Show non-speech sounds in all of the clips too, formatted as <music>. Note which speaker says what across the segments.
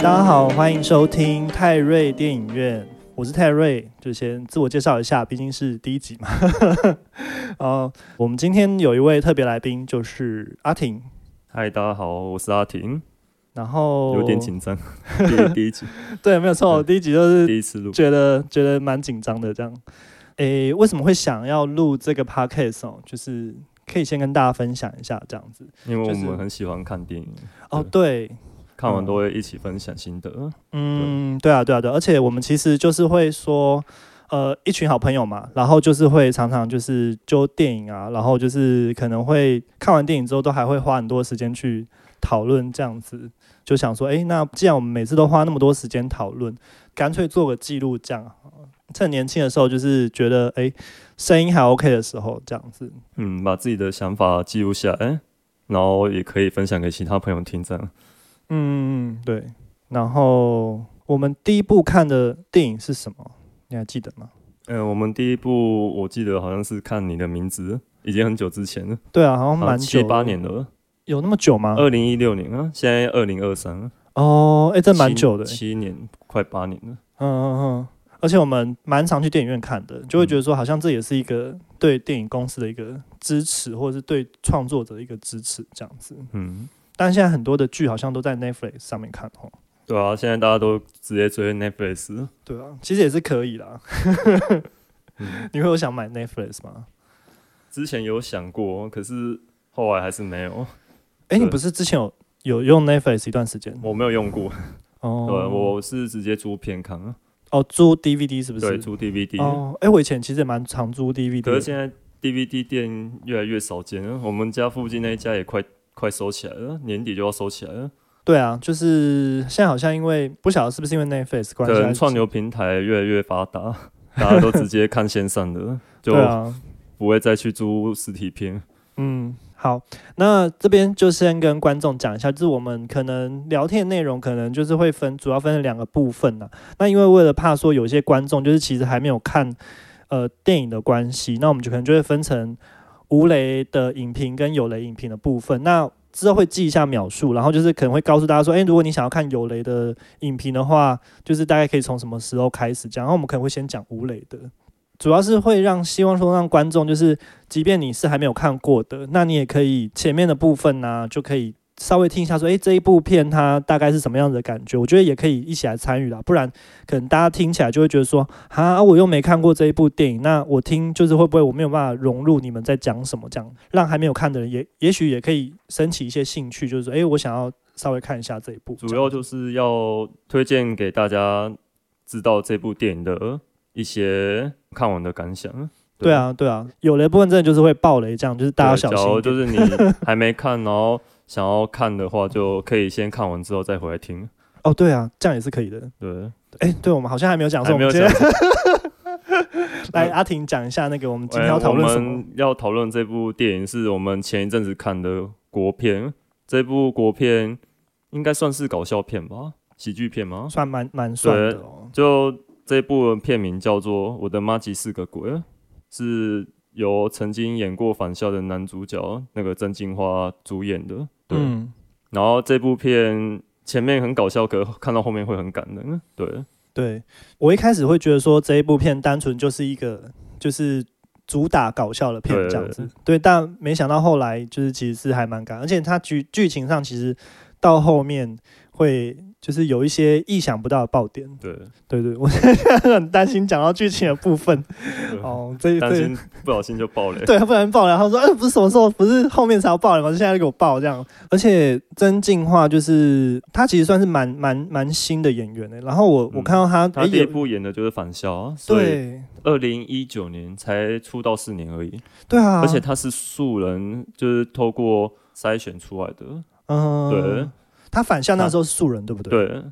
Speaker 1: 大家好，欢迎收听泰瑞电影院，我是泰瑞，就先自我介绍一下，毕竟是第一集嘛。 <laughs> 呃，我们今天有一位特别来宾，就是阿婷，
Speaker 2: 嗨，大家好，我是阿婷，
Speaker 1: 然后
Speaker 2: 有点紧张， <laughs> 第第一
Speaker 1: <laughs>
Speaker 2: 集
Speaker 1: 对，没有错，
Speaker 2: 嗯
Speaker 1: 第一集就是
Speaker 2: 第一次录，
Speaker 1: 觉得觉得蛮紧张的这样。诶，为什么会想要录这个 podcast 哦？就是可以先跟大家分享一下这样子。
Speaker 2: 因为我
Speaker 1: 就是
Speaker 2: 们很喜欢看电影，
Speaker 1: 哦，对，
Speaker 2: 看完都会一起分享心得。
Speaker 1: 嗯，对啊，对啊，对啊，而且我们其实就是会说，呃，一群好朋友嘛，然后就是会常常就是就电影啊，然后就是可能会看完电影之后，都还会花很多时间去讨论这样子，就想说，诶，那既然我们每次都花那么多时间讨论，干脆做个记录这样。趁年轻的时候，就是觉得诶，声音还 OK 的时候，这样子，
Speaker 2: 嗯，把自己的想法记录下来，然后也可以分享给其他朋友听。这样，
Speaker 1: 嗯，对。然后我们第一部看的电影是什么？你还记得吗？
Speaker 2: 嗯、我们第一部我记得好像是看你的名字，已经很久之前了，
Speaker 1: 对啊，好像蛮久嗯
Speaker 2: 七
Speaker 1: 的
Speaker 2: 八年了，
Speaker 1: 有那么久吗？
Speaker 2: 二零一六年啊，现在二零二三，
Speaker 1: 哦，哎、这蛮
Speaker 2: 七
Speaker 1: 久的、
Speaker 2: 七年快八年了。
Speaker 1: 嗯嗯嗯，而且我们蛮常去电影院看的，就会觉得说，好像这也是一个对电影公司的一个支持，或者是对创作者的一个支持，这样子。
Speaker 2: 嗯，
Speaker 1: 但现在很多的剧好像都在 Netflix 上面看哦。
Speaker 2: 对啊，现在大家都直接追 Netflix，
Speaker 1: 对啊，其实也是可以啦。<laughs>
Speaker 2: 嗯
Speaker 1: 你会有想买 Netflix 吗？
Speaker 2: 之前有想过，可是后来还是没有，
Speaker 1: 哎、你
Speaker 2: 对
Speaker 1: 不是之前有有用 Netflix 一段时间？
Speaker 2: 我没有用过。
Speaker 1: 哦，
Speaker 2: 对，我是直接租片看啊，
Speaker 1: 哦租 DVD 是不是？
Speaker 2: 对，租 DVD，、
Speaker 1: 哦，哎、我以前其实也蛮常租 DVD
Speaker 2: 可
Speaker 1: 的
Speaker 2: 是。现在 DVD 店越来越少见了，我们家附近那一家也快快收起来了，年底就要收起来了。
Speaker 1: 对啊，就是现在好像因为不晓得是不是因为 Netflix 关
Speaker 2: 可
Speaker 1: 系，还是
Speaker 2: 能串流平台越来越发达，大家都直接看线上
Speaker 1: <laughs>
Speaker 2: 的，就
Speaker 1: 对啊，
Speaker 2: 不会再去租实体片。
Speaker 1: 嗯，好，那这边就先跟观众讲一下，就是我们可能聊天内容可能就是会分，主要分成两个部分呐、那因为为了怕说有些观众就是其实还没有看呃电影的关系，那我们就可能就会分成无雷的影评跟有雷影评的部分。那之后会记一下秒数，然后就是可能会告诉大家说，诶，如果你想要看有雷的影评的话，就是大概可以从什么时候开始讲。然后我们可能会先讲无雷的，主要是会让希望说让观众就是即便你是还没有看过的，那你也可以前面的部分呢、就可以稍微听一下说，诶，这一部片它大概是什么样子的感觉？我觉得也可以一起来参与啦，不然可能大家听起来就会觉得说，啊，我又没看过这一部电影，那我听就是会不会我没有办法融入你们在讲什么？这样让还没有看的人也也许也可以升起一些兴趣，就是说，诶，我想要稍微看一下这一部。
Speaker 2: 主要就是要推荐给大家知道这部电影的一些看完的感想。
Speaker 1: 对啊，对啊，有雷部分真的就是会爆雷，这样就是大家要
Speaker 2: 对
Speaker 1: 小
Speaker 2: 假
Speaker 1: 心
Speaker 2: 如
Speaker 1: 一点
Speaker 2: 就是你还没看，然后想要看的话，就可以先看完之后再回来听。
Speaker 1: 哦，对啊，这样也是可以的。
Speaker 2: 对，
Speaker 1: 诶，对，我们好像还没有讲说
Speaker 2: 还
Speaker 1: 我
Speaker 2: 没
Speaker 1: 们今
Speaker 2: 有讲
Speaker 1: 天。
Speaker 2: 哎。
Speaker 1: <laughs> 来，
Speaker 2: 嗯
Speaker 1: 阿婷讲一下那个我们 <laughs> 今天要讨论什
Speaker 2: 哎我
Speaker 1: 么？
Speaker 2: 们要讨论这部电影是我们前一阵子看的国片，这部国片应该算是搞笑片吧，喜剧片吗？
Speaker 1: 算蛮蛮算的哦。
Speaker 2: 就这部的片名叫做《我的妈吉是个鬼》，是由曾经演过《返校》的男主角那个郑敬华主演的。对，
Speaker 1: 嗯，
Speaker 2: 然后这部片前面很搞笑，可看到后面会很感人。对，
Speaker 1: 对我一开始会觉得说这一部片单纯就是一个就是主打搞笑的片
Speaker 2: 对
Speaker 1: 这样子，对，但没想到后来就是其实是还蛮感，而且它剧剧情上其实到后面会就是有一些意想不到的爆点。
Speaker 2: 对，
Speaker 1: 对对，我现在 <laughs> 很担心讲到剧情的部分
Speaker 2: <laughs> 对
Speaker 1: 哦，这
Speaker 2: 担
Speaker 1: 这
Speaker 2: 心不小心就爆雷。
Speaker 1: 对，不然爆了。他说：“哎、不是什么时候，不是后面才要爆了吗？现在就给我爆这样。”而且曾静化就是他其实算是蛮蛮蛮新的演员的、欸然后我、我
Speaker 2: 嗯
Speaker 1: 看到他，
Speaker 2: 他
Speaker 1: 哎
Speaker 2: 第
Speaker 1: 有
Speaker 2: 一部演的就是《返校》啊，所以
Speaker 1: 对
Speaker 2: 二零一九年才出道四年而已，
Speaker 1: 对啊，
Speaker 2: 而且他是素人，就是透过筛选出来的。
Speaker 1: 嗯，
Speaker 2: 对，
Speaker 1: 他返校那
Speaker 2: 他
Speaker 1: 时候是素人，对不对？，
Speaker 2: 对，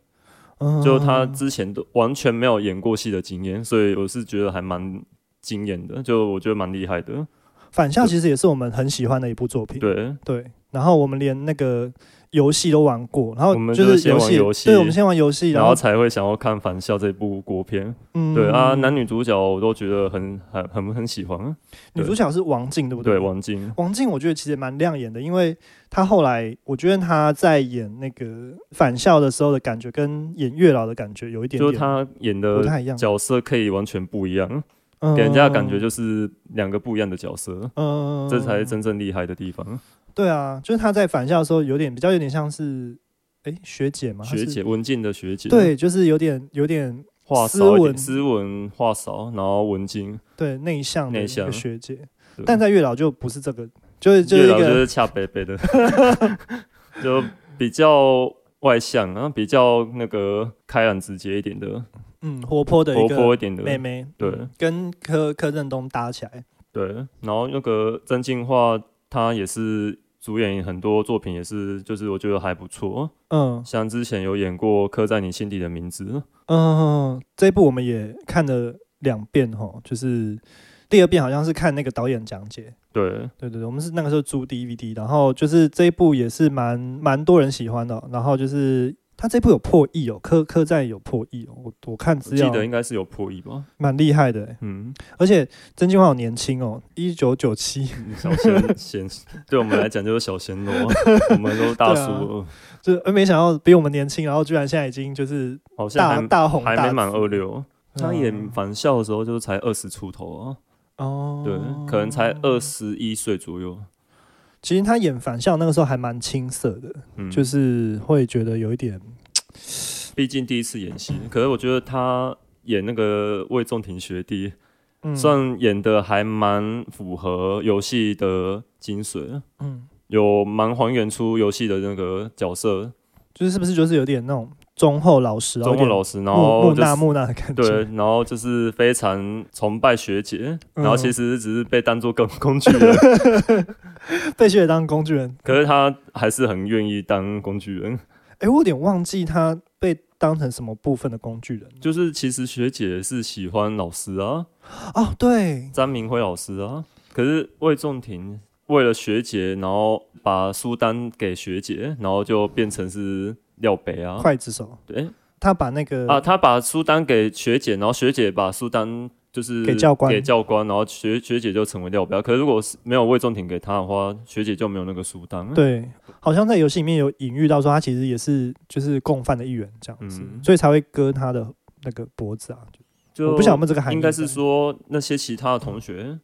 Speaker 1: 嗯
Speaker 2: 就他之前都完全没有演过戏的经验，所以我是觉得还蛮惊艳的，就我觉得蛮厉害的。
Speaker 1: 返校其实也是我们很喜欢的一部作品。
Speaker 2: 对，
Speaker 1: 对，然后我们连那个游戏都玩过，然后
Speaker 2: 我们
Speaker 1: 就
Speaker 2: 就是
Speaker 1: 是
Speaker 2: 先
Speaker 1: 游
Speaker 2: 玩游
Speaker 1: 戏，
Speaker 2: 戏
Speaker 1: 对，我们先玩游戏，
Speaker 2: 然
Speaker 1: 后
Speaker 2: 后才会想要看《返校》这部国片。
Speaker 1: 嗯，
Speaker 2: 对啊，男女主角我都觉得很很很很喜欢。
Speaker 1: 女主角是王静，对不对？
Speaker 2: 对，王晶，
Speaker 1: 王静我觉得其实也蛮亮眼的，因为她后来我觉得她在演那个返校的时候的感觉，跟演月老的感觉有一点
Speaker 2: 就是
Speaker 1: 点
Speaker 2: 他演
Speaker 1: 不
Speaker 2: 的
Speaker 1: 太一样，
Speaker 2: 角色可以完全不一样，
Speaker 1: 嗯
Speaker 2: 给人家的感觉就是两个不一样的角色，
Speaker 1: 嗯，
Speaker 2: 这才是真正厉害的地方。
Speaker 1: 对啊，就是她在返校的时候有点比较有点像是哎学姐嘛，她
Speaker 2: 学
Speaker 1: 是
Speaker 2: 姐，文静的学姐，，
Speaker 1: 对，就是有点有点
Speaker 2: 话
Speaker 1: 斯
Speaker 2: 少一
Speaker 1: 文
Speaker 2: 点，斯文话少，然后文静，
Speaker 1: 对内向的
Speaker 2: 内
Speaker 1: 一个
Speaker 2: 向
Speaker 1: 学姐，
Speaker 2: 对
Speaker 1: 但在月老就不是这个，就是就是
Speaker 2: 月
Speaker 1: 一
Speaker 2: 老就
Speaker 1: 个
Speaker 2: 是恰北
Speaker 1: <laughs>
Speaker 2: 北的，就比较外向，然后比较那个开朗直接一点的，
Speaker 1: 嗯活泼的一
Speaker 2: 活泼
Speaker 1: 个
Speaker 2: 一点的，
Speaker 1: 妹妹，
Speaker 2: 对
Speaker 1: 嗯跟柯柯震东搭起来，
Speaker 2: 对，然后那个曾静华，她也是主演很多作品，也是就是我觉得还不错，
Speaker 1: 嗯
Speaker 2: 像之前有演过《刻在你心底的名字》，
Speaker 1: 嗯，这一部我们也看了两遍吼，就是第二遍好像是看那个导演讲解，
Speaker 2: 对，
Speaker 1: 对对对，我们是那个时候租 DVD，然后就是这一部也是蛮蛮多人喜欢的哦、然后就是他这部有破亿哦，柯柯战有破亿哦，我我看
Speaker 2: 我
Speaker 1: 资
Speaker 2: 记
Speaker 1: 料
Speaker 2: 得应该是有破亿吧，
Speaker 1: 蛮厉害的欸，
Speaker 2: 嗯，
Speaker 1: 而且曾俊华好年轻哦，一九九七， <laughs>
Speaker 2: 小鲜鲜，对我们来讲就是小鲜
Speaker 1: <laughs>
Speaker 2: 肉啊，我们都大
Speaker 1: 啊
Speaker 2: 叔了，
Speaker 1: 就是呃没想到比我们年轻，然后居然现在已经就是
Speaker 2: 好像
Speaker 1: 大
Speaker 2: 还
Speaker 1: 大红
Speaker 2: 还
Speaker 1: 大
Speaker 2: 没满
Speaker 1: 紫
Speaker 2: 二六。他
Speaker 1: 嗯
Speaker 2: 演返校的时候，就是才二十出头啊，
Speaker 1: 哦，
Speaker 2: 对，可能才二十一岁左右，
Speaker 1: 其实他演返校那个时候还蛮青涩的，
Speaker 2: 嗯，
Speaker 1: 就是会觉得有一点，
Speaker 2: 毕竟第一次演戏。可是我觉得他演那个魏仲廷学弟，
Speaker 1: 嗯，
Speaker 2: 算演的还蛮符合游戏的精髓，
Speaker 1: 嗯，
Speaker 2: 有蛮还原出游戏的那个角色，
Speaker 1: 就是是不是就是有点那种忠厚老实，
Speaker 2: 中文老
Speaker 1: 实，
Speaker 2: 师，然
Speaker 1: 木
Speaker 2: 后
Speaker 1: 木
Speaker 2: 就
Speaker 1: 讷
Speaker 2: 是。
Speaker 1: 木讷的感觉，
Speaker 2: 对，然后就是非常崇拜学姐，
Speaker 1: 嗯
Speaker 2: 然后其实只是被当做工工具人，
Speaker 1: <laughs> 被学姐当工具人。
Speaker 2: 可是他还是很愿意当工具人。
Speaker 1: 哎，我有点忘记他被当成什么部分的工具人
Speaker 2: 就是其实学姐是喜欢老师啊，
Speaker 1: 哦，对，
Speaker 2: 詹明辉老师啊，可是魏仲廷为了学姐，然后把书单给学姐，然后就变成是廖北啊，
Speaker 1: 刽子手，
Speaker 2: 对，
Speaker 1: 他把那个
Speaker 2: 啊，他把书单给学姐，然后学姐把书单就是
Speaker 1: 给教官
Speaker 2: 给教官，然后学学姐就成为廖标。可是如果是没有魏仲廷给他的话，学姐就没有那个书单。，
Speaker 1: 对，好像在游戏里面有隐喻到说他其实也是就是共犯的一员这样子，
Speaker 2: 嗯
Speaker 1: 所以才会割他的那个脖子啊。
Speaker 2: 就
Speaker 1: 我不想问这个含义，
Speaker 2: 应该是说那些其他的同学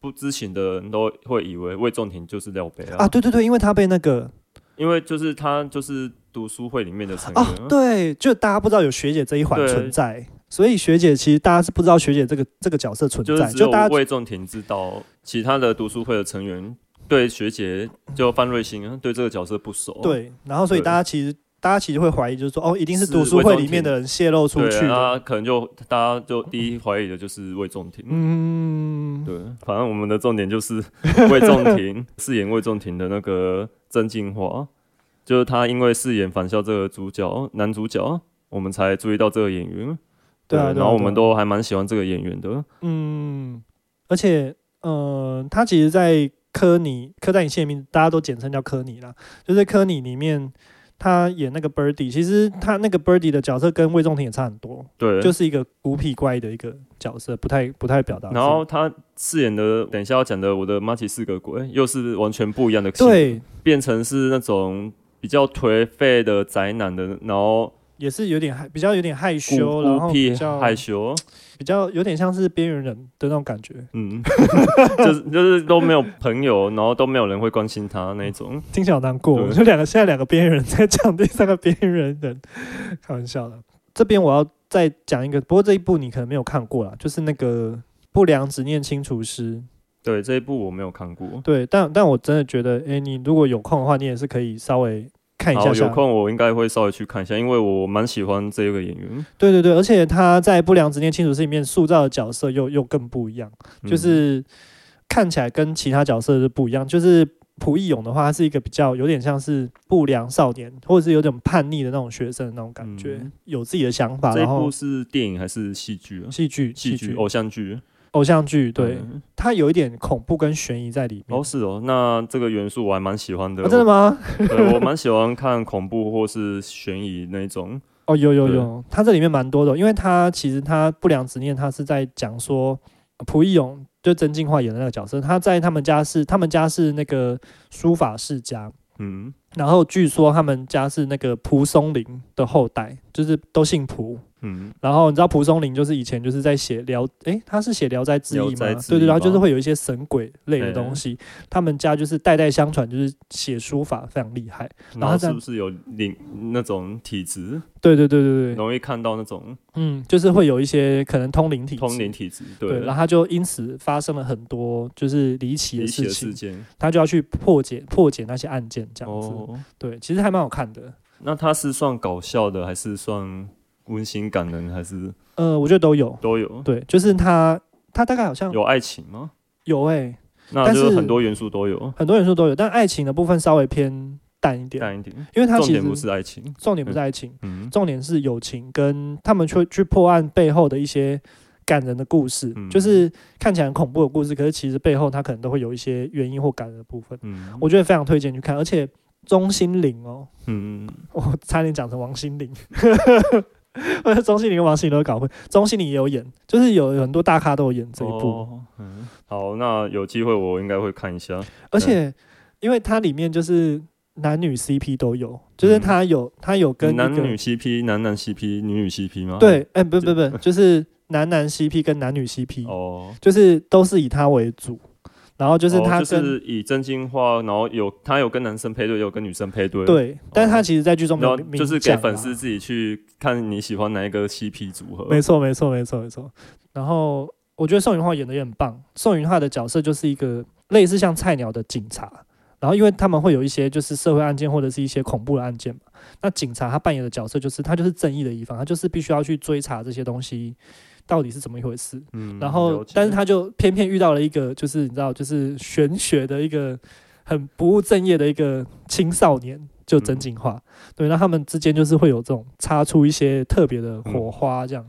Speaker 2: 不知情的人都会以为魏仲廷就是廖北啊，
Speaker 1: 啊，对对对，因为他被那个
Speaker 2: 因为就是他就是读书会里面的成员。
Speaker 1: 啊，对，就大家不知道有学姐这一环
Speaker 2: 对
Speaker 1: 存在，所以学姐其实大家是不知道学姐这个这个角色存
Speaker 2: 就
Speaker 1: 在，
Speaker 2: 是只
Speaker 1: 就
Speaker 2: 有
Speaker 1: 大家
Speaker 2: 魏仲廷知道，其他的读书会的成员对学姐就范瑞欣啊，对这个角色不熟。
Speaker 1: 对，然后所以
Speaker 2: 哦对
Speaker 1: 大家其实大家其实会怀疑，就是说哦，一定是
Speaker 2: 是
Speaker 1: 读书
Speaker 2: 魏
Speaker 1: 会
Speaker 2: 忠
Speaker 1: 里面
Speaker 2: 庭
Speaker 1: 的人泄露出
Speaker 2: 对，啊
Speaker 1: 去的，
Speaker 2: 那可能就大家就第一怀疑的就是魏仲廷。
Speaker 1: 嗯，
Speaker 2: 对，反正我们的重点就是 <laughs> 魏仲
Speaker 1: <laughs>
Speaker 2: 廷饰演魏仲廷的那个郑敬华，就是他因为饰演返校这个主角男主角，我们才注意到这个演员。
Speaker 1: 对啊，对啊
Speaker 2: 然后我
Speaker 1: 对啊
Speaker 2: 们都还蛮喜欢这个演员的。
Speaker 1: 嗯，而且，呃，他其实，在科尼科在你心里面，大家都简称叫科尼啦。就是科尼里面，他演那个 Birdy，其实他那个 Birdy 的角色跟魏仲廷也差很多，
Speaker 2: 对，
Speaker 1: 就是一个孤僻怪的一个角色，不太不太表达自己。
Speaker 2: 然后他饰演的，等一下要讲的《我的妈吉四个鬼》，又是完全不一样的性格，
Speaker 1: 对，
Speaker 2: 变成是那种比较颓废的宅男的，然后
Speaker 1: 也是有点害，比较有点害
Speaker 2: 孤
Speaker 1: 羞，然后
Speaker 2: 孤
Speaker 1: 比
Speaker 2: 僻
Speaker 1: 较
Speaker 2: 害羞。
Speaker 1: 比较有点像是边缘人的那种感觉，
Speaker 2: 嗯， <laughs> 就是就是都没有朋友，然后都没有人会关心他那种。
Speaker 1: 听起来好难过。
Speaker 2: 对
Speaker 1: 就两个现在两个边缘人在讲第三个边缘人，开玩笑的。这边我要再讲一个，不过这一部你可能没有看过啦，就是那个《不良执念清除师》。
Speaker 2: 对这一部我没有看过，
Speaker 1: 对，但但我真的觉得，诶，你如果有空的话，你也是可以稍微看一下
Speaker 2: 好
Speaker 1: 下。
Speaker 2: 有空我应该会稍微去看一下，因为我蛮喜欢这个演员，
Speaker 1: 对对对，而且他在《不良执念清除师》里面塑造的角色又又更不一样。
Speaker 2: 嗯
Speaker 1: 就是看起来跟其他角色是不一样。就是蒲义勇的话，他是一个比较有点像是不良少年，或者是有点叛逆的那种学生的那种感觉，
Speaker 2: 嗯
Speaker 1: 有自己的想法。
Speaker 2: 这一
Speaker 1: 然
Speaker 2: 部
Speaker 1: 后
Speaker 2: 是电影还是戏剧啊？
Speaker 1: 戏剧，
Speaker 2: 戏剧、偶像剧，
Speaker 1: 偶像剧，对、
Speaker 2: 嗯
Speaker 1: 它有一点恐怖跟悬疑在里面。
Speaker 2: 哦，是哦，那这个元素我还蛮喜欢的。
Speaker 1: 啊真的吗？
Speaker 2: 对，我蛮喜欢看恐怖或是悬疑那种。
Speaker 1: 哦，有有
Speaker 2: 对
Speaker 1: 有，它这里面蛮多的，因为它其实它不良执念，它是在讲说呃蒲一勇就曾静华演的那个角色，他在他们家是他们家是那个书法世家，
Speaker 2: 嗯，
Speaker 1: 然后据说他们家是那个蒲松龄的后代，就是都姓蒲。
Speaker 2: 嗯，
Speaker 1: 然后你知道蒲松龄就是以前就是在写聊，诶，他是写《聊斋志异
Speaker 2: 聊》
Speaker 1: 吗？
Speaker 2: 斋志
Speaker 1: 对对，
Speaker 2: 异
Speaker 1: 然后就是
Speaker 2: 吧
Speaker 1: 会有一些神鬼类的
Speaker 2: 对
Speaker 1: 东西，他们家就是代代相传，就是写书法非常厉害。然
Speaker 2: 然
Speaker 1: 后
Speaker 2: 后
Speaker 1: 这
Speaker 2: 是
Speaker 1: 样
Speaker 2: 不是有领那种体质，
Speaker 1: 对对对对对，
Speaker 2: 容易看到那种
Speaker 1: 嗯，就是会有一些可能通灵体质
Speaker 2: 通灵体质？
Speaker 1: 对，然
Speaker 2: 对，
Speaker 1: 后他就因此发生了很多就是离奇的
Speaker 2: 离
Speaker 1: 事
Speaker 2: 奇的
Speaker 1: 情
Speaker 2: 事，件。
Speaker 1: 他就要去破解破解那些案件这样子。
Speaker 2: 哦，
Speaker 1: 对，其实还蛮好看的。
Speaker 2: 那它是算搞笑的，还是算温馨感人，还是
Speaker 1: 呃，我觉得都有。
Speaker 2: 都有？
Speaker 1: 对，就是他他大概好像
Speaker 2: 有爱情吗？
Speaker 1: 有哎、
Speaker 2: 那
Speaker 1: 但
Speaker 2: 就是是很多元素都有，
Speaker 1: 很多元素都有，但爱情的部分稍微偏淡一点，
Speaker 2: 淡一点。
Speaker 1: 因为啊他
Speaker 2: 重
Speaker 1: 其实
Speaker 2: 点不是爱情，
Speaker 1: 重点不是爱情，
Speaker 2: 嗯
Speaker 1: 重点是友情跟他们去去破案背后的一些感人的故事，
Speaker 2: 嗯
Speaker 1: 就是看起来很恐怖的故事，可是其实背后他可能都会有一些原因或感人的部分。
Speaker 2: 嗯，
Speaker 1: 我觉得非常推荐去看，而且钟心凌哦， <laughs>
Speaker 2: 嗯
Speaker 1: 我差点讲成王心凌， <laughs> 我觉得钟心凌跟王心凌都搞混。钟心凌也有演，就是有有很多大咖都有演这一部，
Speaker 2: 哦嗯，好，那有机会我应该会看一下。
Speaker 1: 而且因为它里面就是男女 CP 都有，就是它有它有跟一个
Speaker 2: 嗯男女 CP、男男 CP、女女 CP 吗？
Speaker 1: 对，哎、不不不，就是男男 CP 跟男女 CP，、
Speaker 2: 哦，
Speaker 1: 就是都是以他为主，然后就是他
Speaker 2: 哦
Speaker 1: 跟、
Speaker 2: 就是以真心话，然后有他有跟男生配对，也有跟女生配对，，
Speaker 1: 对，但是他其实在剧中没
Speaker 2: 哦然
Speaker 1: 有
Speaker 2: 后
Speaker 1: 明
Speaker 2: 就是
Speaker 1: 讲啊啦
Speaker 2: 给粉丝自己去看你喜欢哪一个 CP 组合。
Speaker 1: 没错，没错，没错，没错。然后我觉得宋云桦演的也很棒，宋云桦的角色就是一个类似像菜鸟的警察。然后，因为他们会有一些就是社会案件或者是一些恐怖的案件嘛，那警察他扮演的角色就是他就是正义的一方，他就是必须要去追查这些东西到底是怎么一回事。
Speaker 2: 嗯
Speaker 1: 然后
Speaker 2: 了解，
Speaker 1: 但是他就偏偏遇到了一个就是你知道就是玄学的一个很不务正业的一个青少年，就真景化。
Speaker 2: 嗯
Speaker 1: 对，那他们之间就是会有这种擦出一些特别的火
Speaker 2: 嗯
Speaker 1: 花，这样。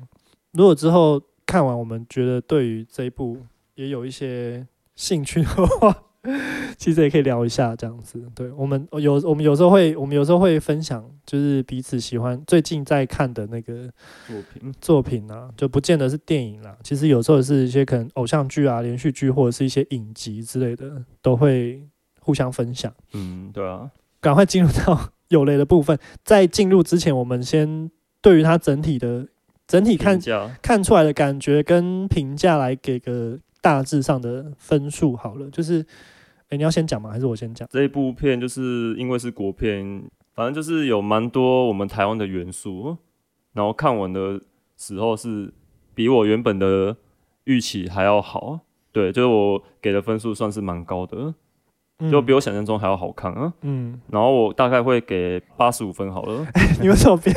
Speaker 1: 如果之后看完，我们觉得对于这一部也有一些兴趣的话， <laughs> 其实也可以聊一下这样子。对我们有我们有时候会我们有时候会分享，就是彼此喜欢最近在看的那个
Speaker 2: 作品，
Speaker 1: 作品啊，就不见得是电影啦，其实有时候是一些可能偶像剧啊、连续剧或者是一些影集之类的，都会互相分享。
Speaker 2: 嗯，对啊，
Speaker 1: 赶快进入到有雷的部分，在进入之前，我们先对于它整体的整体看
Speaker 2: 评价
Speaker 1: 看出来的感觉跟评价来给个大致上的分数好了。就是，诶、你要先讲吗？还是我先讲？
Speaker 2: 这一部片就是因为是国片，反正就是有蛮多我们台湾的元素，然后看完的时候是比我原本的预期还要好，对，就是我给的分数算是蛮高的，
Speaker 1: 嗯
Speaker 2: 就比我想象中还要好看啊。 <laughs>
Speaker 1: 嗯，
Speaker 2: 然后我大概会给八十五分好
Speaker 1: <laughs>
Speaker 2: 了，
Speaker 1: 你为什么比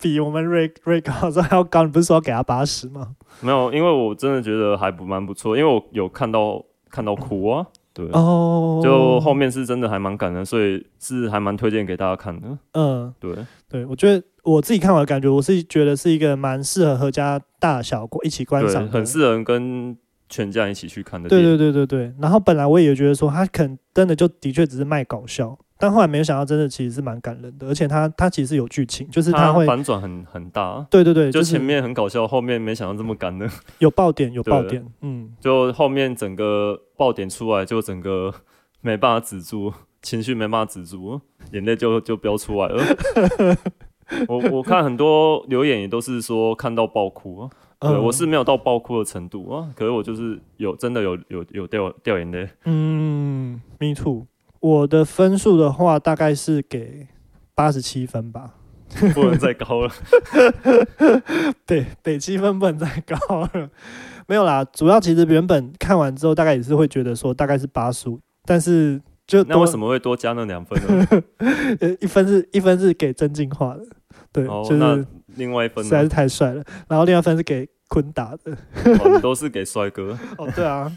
Speaker 1: 比我们瑞瑞高说还要高？你不是说要给他八十吗？
Speaker 2: 没有，因为我真的觉得还不蛮不错，因为我有看到看到哭啊，对，
Speaker 1: 哦，
Speaker 2: 就后面是真的还蛮感人，所以是还蛮推荐给大家看的，
Speaker 1: 嗯。
Speaker 2: 对，
Speaker 1: 对，我觉得我自己看完的感觉，我是觉得是一个蛮适合合家大小过一起观
Speaker 2: 对
Speaker 1: 赏，的，
Speaker 2: 很适合跟全家一起去看的电
Speaker 1: 对
Speaker 2: 影，
Speaker 1: 对对对对。然后本来我也觉得说他可能真的就的确只是卖搞笑，但后来没有想到真的其实是蛮感人的，而且他他其实有剧情，就是他
Speaker 2: 它
Speaker 1: 会。
Speaker 2: 反转很很大。
Speaker 1: 对对对，
Speaker 2: 就是前面很搞笑，后面没想到这么感人。 <laughs>
Speaker 1: 有爆点，有
Speaker 2: 对
Speaker 1: 爆点，嗯，
Speaker 2: 就后面整个爆点出来，就整个没办法止住，情绪没办法止住，眼泪就就飙
Speaker 1: <laughs>
Speaker 2: 出来了。我我看很多留言也都是说看到爆哭啊，对、
Speaker 1: 呃
Speaker 2: 我是没有到爆哭的程度啊，可是我就是有真的有有有掉掉眼泪，
Speaker 1: 嗯，me too。我的分数的话，大概是给八十七分吧。
Speaker 2: 不能再高了。
Speaker 1: 对，北七分不能再高了。没有啦，主要其实原本看完之后，大概也是会觉得说大概是八十五，但是就
Speaker 2: 那为什
Speaker 1: 么
Speaker 2: 么会多加那两分呢？
Speaker 1: <laughs> 呃一分是一分是给真进化的，对，
Speaker 2: 哦，
Speaker 1: 就
Speaker 2: 那
Speaker 1: 是
Speaker 2: 另外一分
Speaker 1: 实在是
Speaker 2: 呢？
Speaker 1: 太帅了。然后另外一分是给坤达的，
Speaker 2: 我哦们都是给帅哥。
Speaker 1: 哦，对啊，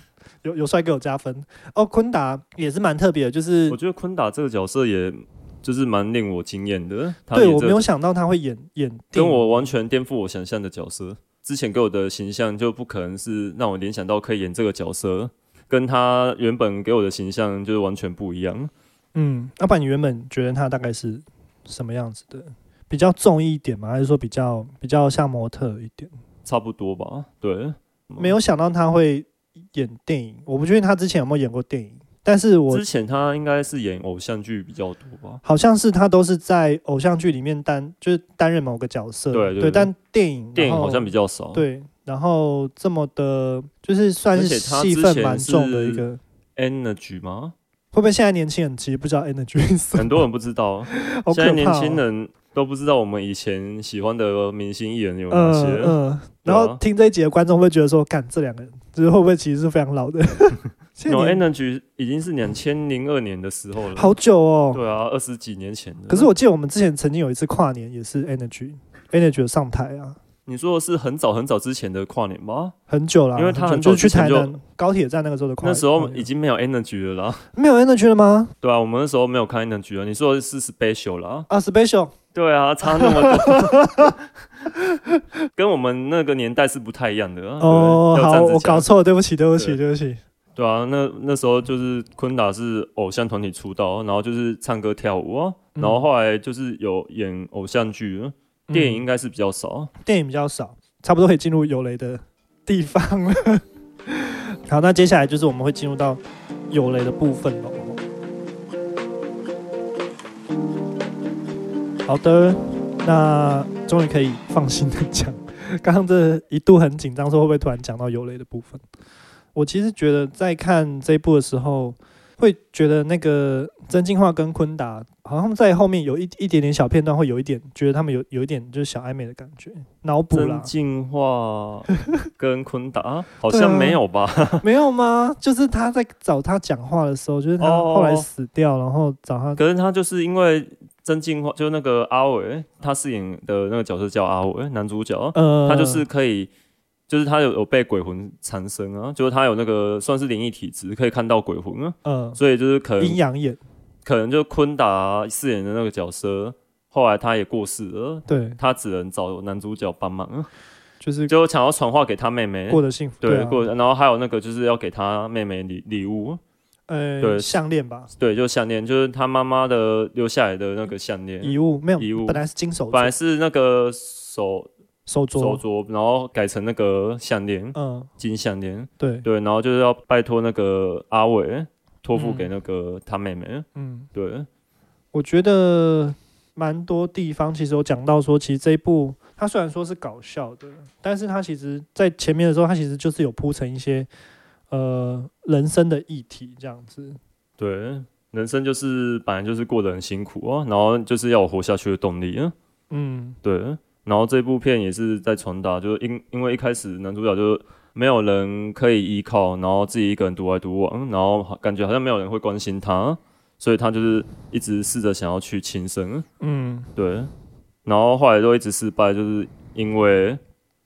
Speaker 1: 有有帅给我加分哦。坤达也是蛮特别的，就是
Speaker 2: 我觉得坤达这个角色也就是蛮令我惊艳的，他
Speaker 1: 对
Speaker 2: 演
Speaker 1: 我
Speaker 2: 这
Speaker 1: 没
Speaker 2: 个
Speaker 1: 有想到他会演演电
Speaker 2: 跟
Speaker 1: 影
Speaker 2: 我完全颠覆我想象的角色。之前给我的形象就不可能是让我联想到可以演这个角色，跟他原本给我的形象就是完全不一样。
Speaker 1: 嗯，要不然你原本觉得他大概是什么样子的？比较重一点吗？还是说比较比较像模特一点？
Speaker 2: 差不多吧，对，嗯
Speaker 1: 没有想到他会演电影，我不确定他之前有没有演过电影，但是我
Speaker 2: 之前他应该是演偶像剧比较多吧，
Speaker 1: 好像是他都是在偶像剧里面担就是担任某个角色，
Speaker 2: 对对对
Speaker 1: 但电影
Speaker 2: 电影
Speaker 1: 然后
Speaker 2: 好像比较少。，
Speaker 1: 对，然后这么的，就是算
Speaker 2: 而
Speaker 1: 是
Speaker 2: 且他
Speaker 1: 戏
Speaker 2: 之
Speaker 1: 份
Speaker 2: 前
Speaker 1: 蛮重的一
Speaker 2: 是
Speaker 1: 个。
Speaker 2: Energy 吗？
Speaker 1: 会不会现在年轻人其实不知道 energy <laughs> 是什么
Speaker 2: 很多人不知道，
Speaker 1: 好可怕、
Speaker 2: 现在
Speaker 1: 哦？
Speaker 2: 年轻人都不知道我们以前喜欢的明星艺人有哪些。
Speaker 1: 嗯嗯，然后听这一集的观众会觉得说，干这两个人，就是会不会其实是非常老
Speaker 2: <laughs>
Speaker 1: 的？现在
Speaker 2: 有啊哎
Speaker 1: 年
Speaker 2: Energy 已经是两千零二年的时候了，
Speaker 1: 好久哦。
Speaker 2: 对啊，二十几年前的。
Speaker 1: 可是我记得我们之前曾经有一次跨年也是 energy energy 有上台啊，
Speaker 2: 你说的是很早很早之前的跨年吧？
Speaker 1: 很久了，啊
Speaker 2: 因为
Speaker 1: 很
Speaker 2: 他
Speaker 1: 久
Speaker 2: 很
Speaker 1: 就
Speaker 2: 早
Speaker 1: 是去
Speaker 2: 之前
Speaker 1: 台
Speaker 2: 就
Speaker 1: 南高铁站那个时候的跨
Speaker 2: 那时候
Speaker 1: 跨年
Speaker 2: 已经没有 Energy 了啦， <laughs>
Speaker 1: 没有 energy 了吗？
Speaker 2: 对啊，我们那时候没有看 Energy 啊了。你说的是 Special 啦？
Speaker 1: 啊，special
Speaker 2: 对啊，差那么多，
Speaker 1: <laughs>
Speaker 2: 跟我们那个年代是不太一样的啊。对
Speaker 1: 哦，
Speaker 2: 要这
Speaker 1: 好，
Speaker 2: 样子
Speaker 1: 我
Speaker 2: 讲
Speaker 1: 搞错了，对不起，对不起，
Speaker 2: 对
Speaker 1: 对不起。
Speaker 2: 对啊，那那时候就是昆达是偶像团体出道，然后就是唱歌跳舞啊，
Speaker 1: 嗯
Speaker 2: 然后后来就是有演偶像剧，电影应该是比较少。
Speaker 1: 嗯电影比较少，差不多可以进入有雷的地方了。 <laughs> 好，那接下来就是我们会进入到有雷的部分喽。好的，那终于可以放心的讲，刚刚这一度很紧张，说会不会突然讲到有雷的部分。我其实觉得在看这一部的时候，会觉得那个曾进化跟昆达好像在后面有一一点点小片段，会有一点觉得他们有有一点就是小暧昧的感觉，脑补啦
Speaker 2: 曾。进化跟
Speaker 1: <laughs>
Speaker 2: 昆达好
Speaker 1: 对啊
Speaker 2: 像没有吧？
Speaker 1: 没有吗？就是他在找他讲话的时候，就是他
Speaker 2: 哦
Speaker 1: 后来死掉，然后找他。
Speaker 2: 可是他就是因为曾进化，就那个阿伟，他饰演的那个角色叫阿伟，男主角，
Speaker 1: 呃，
Speaker 2: 他就是可以，就是他有有被鬼魂缠身啊，就是他有那个算是灵异体质，可以看到鬼魂啊，
Speaker 1: 呃
Speaker 2: 所以就是可能
Speaker 1: 阴阳眼，
Speaker 2: 可能就昆达饰演的那个角色，后来他也过世了，
Speaker 1: 对，
Speaker 2: 他只能找男主角帮忙， <laughs>
Speaker 1: 就是
Speaker 2: 就想要传话给他妹妹。
Speaker 1: 过得幸福。
Speaker 2: 对，
Speaker 1: 啊
Speaker 2: 过，然后还有那个就是要给他妹妹礼礼物，
Speaker 1: 呃
Speaker 2: 对
Speaker 1: 项链吧，
Speaker 2: 对，就项链，就是他妈妈的留下来的那个项链，
Speaker 1: 遗物没有，
Speaker 2: 遗物
Speaker 1: 本来是金手
Speaker 2: 本来
Speaker 1: 镯，
Speaker 2: 是那个手
Speaker 1: 手
Speaker 2: 手
Speaker 1: 镯，
Speaker 2: 镯，然后改成那个项链，
Speaker 1: 嗯，
Speaker 2: 金项链，
Speaker 1: 对，
Speaker 2: 对，然后就是要拜托那个阿伟托付
Speaker 1: 嗯
Speaker 2: 给那个他妹妹，
Speaker 1: 嗯，
Speaker 2: 对，
Speaker 1: 我觉得蛮多地方其实有讲到说，其实这一部它虽然说是搞笑的，但是它其实在前面的时候，它其实就是有铺成一些呃人生的议题这样子。
Speaker 2: 对，人生就是本来就是过得很辛苦啊，然后就是要有活下去的动力啊，
Speaker 1: 嗯，
Speaker 2: 对。然后这部片也是在传达，就是因因为一开始男主角就没有人可以依靠，然后自己一个人独来独往，嗯然后好感觉好像没有人会关心他，所以他就是一直试着想要去轻生，
Speaker 1: 嗯，
Speaker 2: 对。然后后来都一直失败，就是因为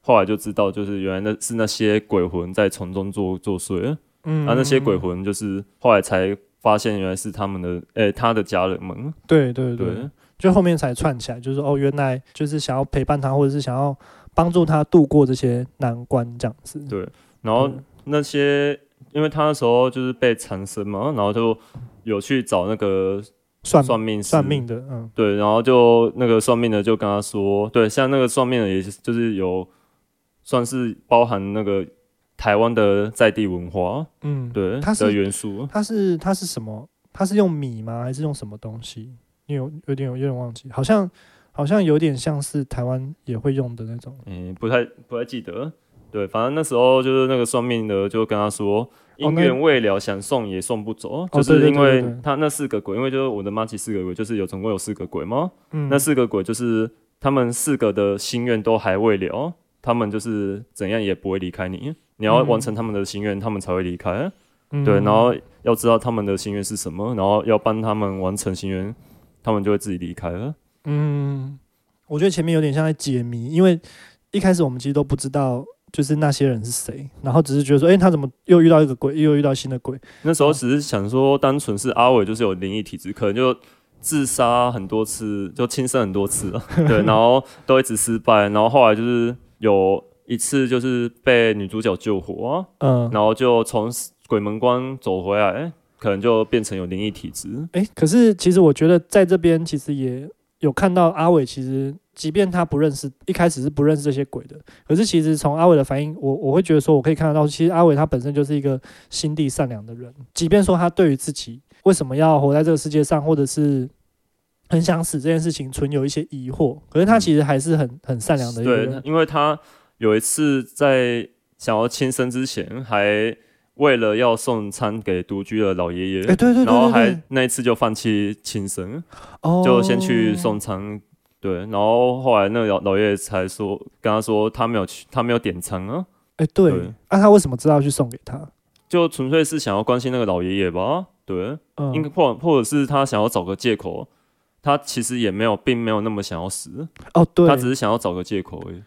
Speaker 2: 后来就知道，就是原来那是那些鬼魂在从中作作祟。
Speaker 1: 嗯
Speaker 2: 啊，那些鬼魂就是后来才发现，原来是他们的，诶、他的家人们。
Speaker 1: 对对对，
Speaker 2: 对，
Speaker 1: 就后面才串起来，就是哦，原来就是想要陪伴他，或者是想要帮助他度过这些难关这样子。
Speaker 2: 对然后
Speaker 1: 嗯
Speaker 2: 那些，因为他那时候就是被缠身嘛，然后就有去找那个
Speaker 1: 算
Speaker 2: 算命师
Speaker 1: 算，命的，嗯
Speaker 2: 对，然后就那个算命的就跟他说，对，像那个算命的也是就是有算是包含那个台湾的在地文化，
Speaker 1: 嗯，
Speaker 2: 对，
Speaker 1: 他是
Speaker 2: 的元素，
Speaker 1: 它是它是什么？它是用米吗？还是用什么东西？你有有点有点忘记，好像好像有点像是台湾也会用的那种。
Speaker 2: 嗯、不太不太记得。对，反正那时候就是那个算命的就跟他说，
Speaker 1: 哦
Speaker 2: 姻
Speaker 1: 那哦
Speaker 2: 缘未了，想送也送不走，就
Speaker 1: 对对
Speaker 2: 是
Speaker 1: 对
Speaker 2: 因
Speaker 1: 对
Speaker 2: 为
Speaker 1: 对
Speaker 2: 他那四个鬼，因为就是我的妈吉四个鬼，就是有总共有四个鬼嘛，
Speaker 1: 嗯，
Speaker 2: 那四个鬼就是他们四个的心愿都还未了，他们就是怎样也不会离开你，你要
Speaker 1: 嗯
Speaker 2: 完成他们的心愿，他们才会离开。
Speaker 1: 嗯
Speaker 2: 对，然后要知道他们的心愿是什么，然后要帮他们完成心愿，他们就会自己离开了。
Speaker 1: 嗯，我觉得前面有点像在解谜，因为一开始我们其实都不知道。就是那些人是谁，然后只是觉得说，哎、他怎么又遇到一个鬼，又遇到新的鬼？
Speaker 2: 那时候只是想说，单纯是阿伟就是有灵异体质，可能就自杀很多
Speaker 1: <laughs>
Speaker 2: 啊次，就轻生很多次了，对，然后都一直失败，然后后来就是有一次就是被女主角救活、啊，
Speaker 1: 嗯，
Speaker 2: 然后就从鬼门关走回来，哎可能就变成有灵异体质。
Speaker 1: 哎、可是其实我觉得在这边其实也有看到阿伟，其实即便他不认识，一开始是不认识这些鬼的，可是其实从阿伟的反应，我我会觉得说，我可以看得到，其实阿伟他本身就是一个心地善良的人，即便说他对于自己为什么要活在这个世界上，或者是。很想死这件事情存有一些疑惑，可是他其实还是很很善良的一个
Speaker 2: 嗯对
Speaker 1: 人，，
Speaker 2: 因为他有一次在想要轻生之前，还为了要送餐给独居的老爷爷，
Speaker 1: 哎、对对对
Speaker 2: 然后
Speaker 1: 对
Speaker 2: 还
Speaker 1: 对，
Speaker 2: 那一次就放弃轻生，
Speaker 1: 哦
Speaker 2: 就先去送餐。对，然后后来那个老老爷爷才说，跟他说他没有去，他没有点餐啊，
Speaker 1: 哎、对，那
Speaker 2: 对
Speaker 1: 他为什么知道去送给他？
Speaker 2: 就纯粹是想要关心那个老爷爷吧。对，
Speaker 1: 嗯，
Speaker 2: 应该或或者是他想要找个借口，他其实也没有，并没有那么想要死，
Speaker 1: 哦，对，
Speaker 2: 他只是想要找个借口而已。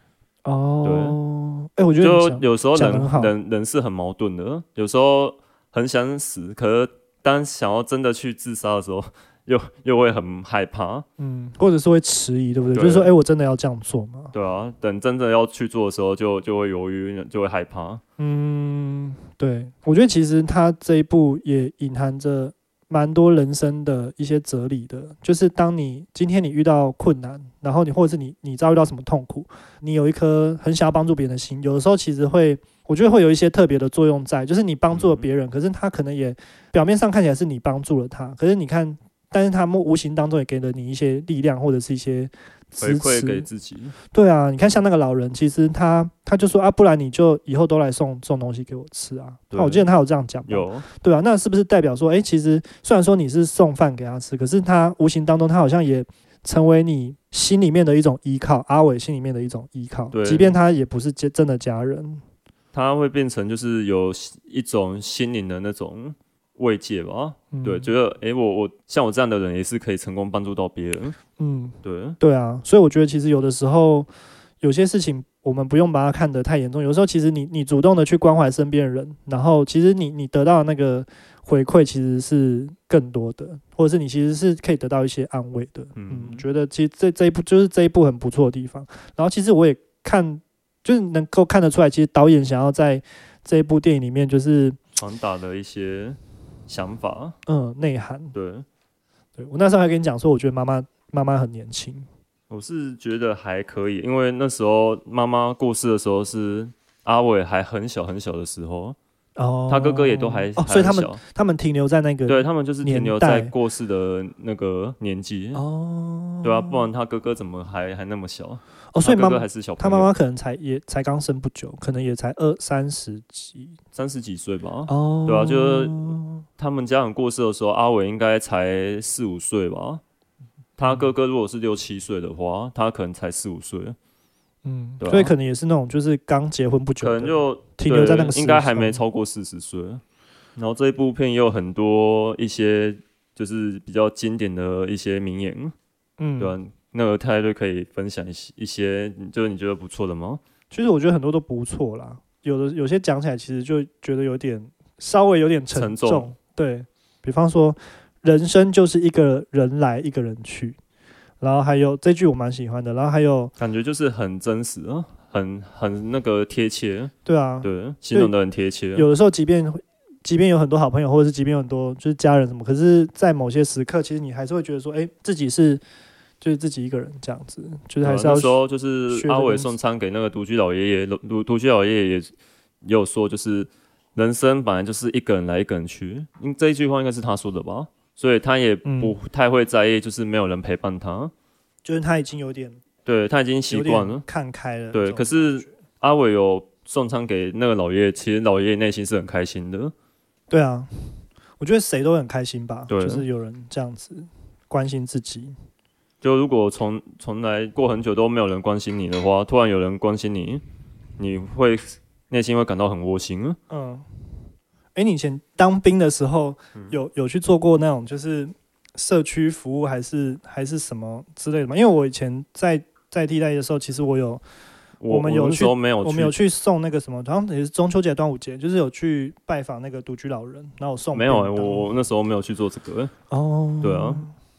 Speaker 1: 哦，哎、我觉得你
Speaker 2: 就
Speaker 1: 讲
Speaker 2: 有时候
Speaker 1: 讲得很好
Speaker 2: 人人人是很矛盾的，有时候很想死，可是当想要真的去自杀的时候，又又会很害怕，
Speaker 1: 嗯，或者是会迟疑，对不对？
Speaker 2: 对
Speaker 1: 就是说，哎、我真的要这样做吗？
Speaker 2: 对啊，等真的要去做的时候就，就会犹豫，就会害怕。
Speaker 1: 嗯，对，我觉得其实他这一部也隐含着蛮多人生的一些哲理的，就是当你今天你遇到困难，然后你或者是你你遭遇到什么痛苦，你有一颗很想要帮助别人的心，有的时候其实会。我觉得会有一些特别的作用在，就是你帮助了别人，可是他可能也表面上看起来是你帮助了他，可是你看，但是他们无形当中也给了你一些力量或者是一些
Speaker 2: 回
Speaker 1: 支持
Speaker 2: 馈给自己，
Speaker 1: 对啊，你看像那个老人，其实他他就说啊，不然你就以后都来送送东西给我吃啊。
Speaker 2: 对
Speaker 1: 那我记得他有这样讲吧，
Speaker 2: 有
Speaker 1: 对啊，那是不是代表说，诶，其实虽然说你是送饭给他吃，可是他无形当中他好像也成为你心里面的一种依靠，阿伟心里面的一种依靠
Speaker 2: 对，
Speaker 1: 即便他也不是真真的家人。
Speaker 2: 他会变成就是有一种心灵的那种慰藉吧。
Speaker 1: 嗯
Speaker 2: 对，觉得诶，我我像我这样的人也是可以成功帮助到别人。
Speaker 1: 嗯，
Speaker 2: 对，
Speaker 1: 对啊，所以我觉得其实有的时候有些事情我们不用把它看得太严重，有时候其实你你主动的去关怀身边的人，然后其实你你得到的那个回馈其实是更多的，或者是你其实是可以得到一些安慰的。嗯
Speaker 2: 嗯，
Speaker 1: 觉得其实这这一部就是这一部很不错的地方。然后其实我也看，就是能够看得出来，其实导演想要在这一部电影里面就是
Speaker 2: 传达的一些想法。
Speaker 1: 嗯内涵。
Speaker 2: 对，
Speaker 1: 对我那时候还跟你讲说，我觉得妈妈妈妈很年轻。
Speaker 2: 我是觉得还可以，因为那时候妈妈过世的时候是阿伟还很小很小的时候，
Speaker 1: 哦，
Speaker 2: 他哥哥也都还，
Speaker 1: 哦，
Speaker 2: 还
Speaker 1: 所以他
Speaker 2: 很
Speaker 1: 们
Speaker 2: 小
Speaker 1: 他们停留在那个
Speaker 2: 对他们就是停留
Speaker 1: 年代
Speaker 2: 在过世的那个年纪，
Speaker 1: 哦，
Speaker 2: 对啊，不然他哥哥怎么还还那么小？
Speaker 1: 哦，所以妈
Speaker 2: 他哥哥
Speaker 1: 妈
Speaker 2: 还是小
Speaker 1: 他
Speaker 2: 朋友，
Speaker 1: 妈妈可能才也才刚生不久，可能也才二三十几
Speaker 2: 三十几岁吧。
Speaker 1: 哦
Speaker 2: 对啊就是他们家人过世的时候，阿伟应该才四五岁吧。他哥哥如果是六七岁的话，他可能才四五岁，
Speaker 1: 嗯，
Speaker 2: 对啊
Speaker 1: 所以可能也是那种就是刚结婚不久
Speaker 2: 可
Speaker 1: 的，
Speaker 2: 能就
Speaker 1: 停留在那
Speaker 2: 对
Speaker 1: 个时
Speaker 2: 应该还没
Speaker 1: 空
Speaker 2: 超过四十岁。然后这一部片也有很多一些就是比较经典的一些名言，
Speaker 1: 嗯
Speaker 2: 对啊吧、那个泰瑞可以分享一些一些，就是你觉得不错的吗？
Speaker 1: 其实我觉得很多都不错啦，有的有些讲起来其实就觉得有点稍微有点沉
Speaker 2: 沉重
Speaker 1: 对比方说，人生就是一个人来一个人去，然后还有这句我蛮喜欢的，然后还有
Speaker 2: 感觉就是很真实啊，很很那个贴切，
Speaker 1: 对啊，
Speaker 2: 对，形容的很贴切。啊
Speaker 1: 有的时候即便即便有很多好朋友，或者是即便有很多就是家人什么，可是，在某些时刻，其实你还是会觉得说，哎、自己是就是自己一个人这样子，就是
Speaker 2: 对啊
Speaker 1: 还是要
Speaker 2: 那时候就是
Speaker 1: 学
Speaker 2: 阿
Speaker 1: 着
Speaker 2: 伟
Speaker 1: 东
Speaker 2: 送
Speaker 1: 西
Speaker 2: 餐给那个独居老爷爷，独独居老爷爷也也有说，就是人生本来就是一个人来一个人去，因这一句话应该是他说的吧，所以他也
Speaker 1: 嗯
Speaker 2: 不太会在意，就是没有人陪伴他，
Speaker 1: 就是他已经有点
Speaker 2: 对他已经
Speaker 1: 有
Speaker 2: 习惯
Speaker 1: 点
Speaker 2: 了。
Speaker 1: 看开了。
Speaker 2: 对，可是阿伟有送餐给那个老爷爷，其实老爷爷内心是很开心的，
Speaker 1: 对啊，我觉得谁都很开心吧，
Speaker 2: 对啊
Speaker 1: 就是有人这样子关心自己。
Speaker 2: 就如果从从来过很久都没有人关心你的话，突然有人关心你，你会内心会感到很窝心啊。
Speaker 1: 嗯，哎、你以前当兵的时候
Speaker 2: 嗯
Speaker 1: 有有去做过那种就是社区服务还是还是什么之类的吗？因为我以前在在替代役的时候，其实我有我们有
Speaker 2: 那
Speaker 1: 去
Speaker 2: 时候没有
Speaker 1: 我们有去送那个什么，好像也是中秋节、端午节，就是有去拜访那个独居老人，然后送
Speaker 2: 没有、欸，
Speaker 1: 便当
Speaker 2: 我我那时候没有去做这个欸、
Speaker 1: 哦，
Speaker 2: 对啊，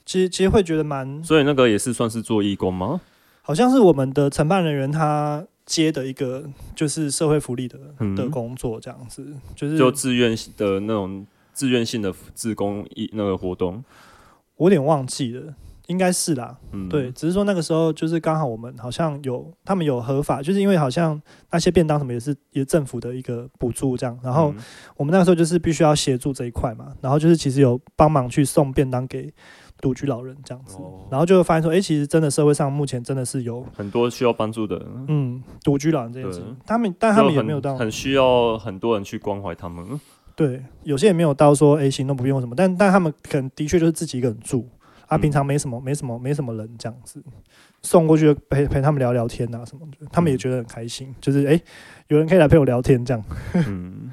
Speaker 1: 其实其实会觉得蛮，
Speaker 2: 所以那个也是算是做义工吗？
Speaker 1: 好像是我们的承办人员他接的一个就是社会福利的
Speaker 2: 嗯
Speaker 1: 的工作，这样子，就是
Speaker 2: 就自愿的那种自愿性的自工一那个活动，
Speaker 1: 我有点忘记了，应该是啦，
Speaker 2: 嗯，
Speaker 1: 对，，只是说那个时候就是刚好我们好像有他们有合法，就是因为好像那些便当什么也是也是政府的一个补助这样，然后
Speaker 2: 嗯
Speaker 1: 我们那个时候就是必须要协助这一块嘛，然后就是其实有帮忙去送便当给独居老人这样子，
Speaker 2: 哦
Speaker 1: 然后就会发现说，哎、其实真的社会上目前真的是有
Speaker 2: 很多需要帮助的人，
Speaker 1: 嗯独居老人这件事
Speaker 2: 对，
Speaker 1: 他们但他们
Speaker 2: 就
Speaker 1: 也
Speaker 2: 很
Speaker 1: 没有到
Speaker 2: 很需要很多人去关怀他们，
Speaker 1: <laughs> 对，有些也没有到说哎、诶行动不便或什么，但但他们可能的确就是自己一个人住啊，
Speaker 2: 嗯
Speaker 1: 平常没什么没什么没什么人这样子，送过去陪陪他们聊聊天啊什么的，他们也觉得很开心，就是哎、诶有人可以来陪我聊天这样，
Speaker 2: 嗯，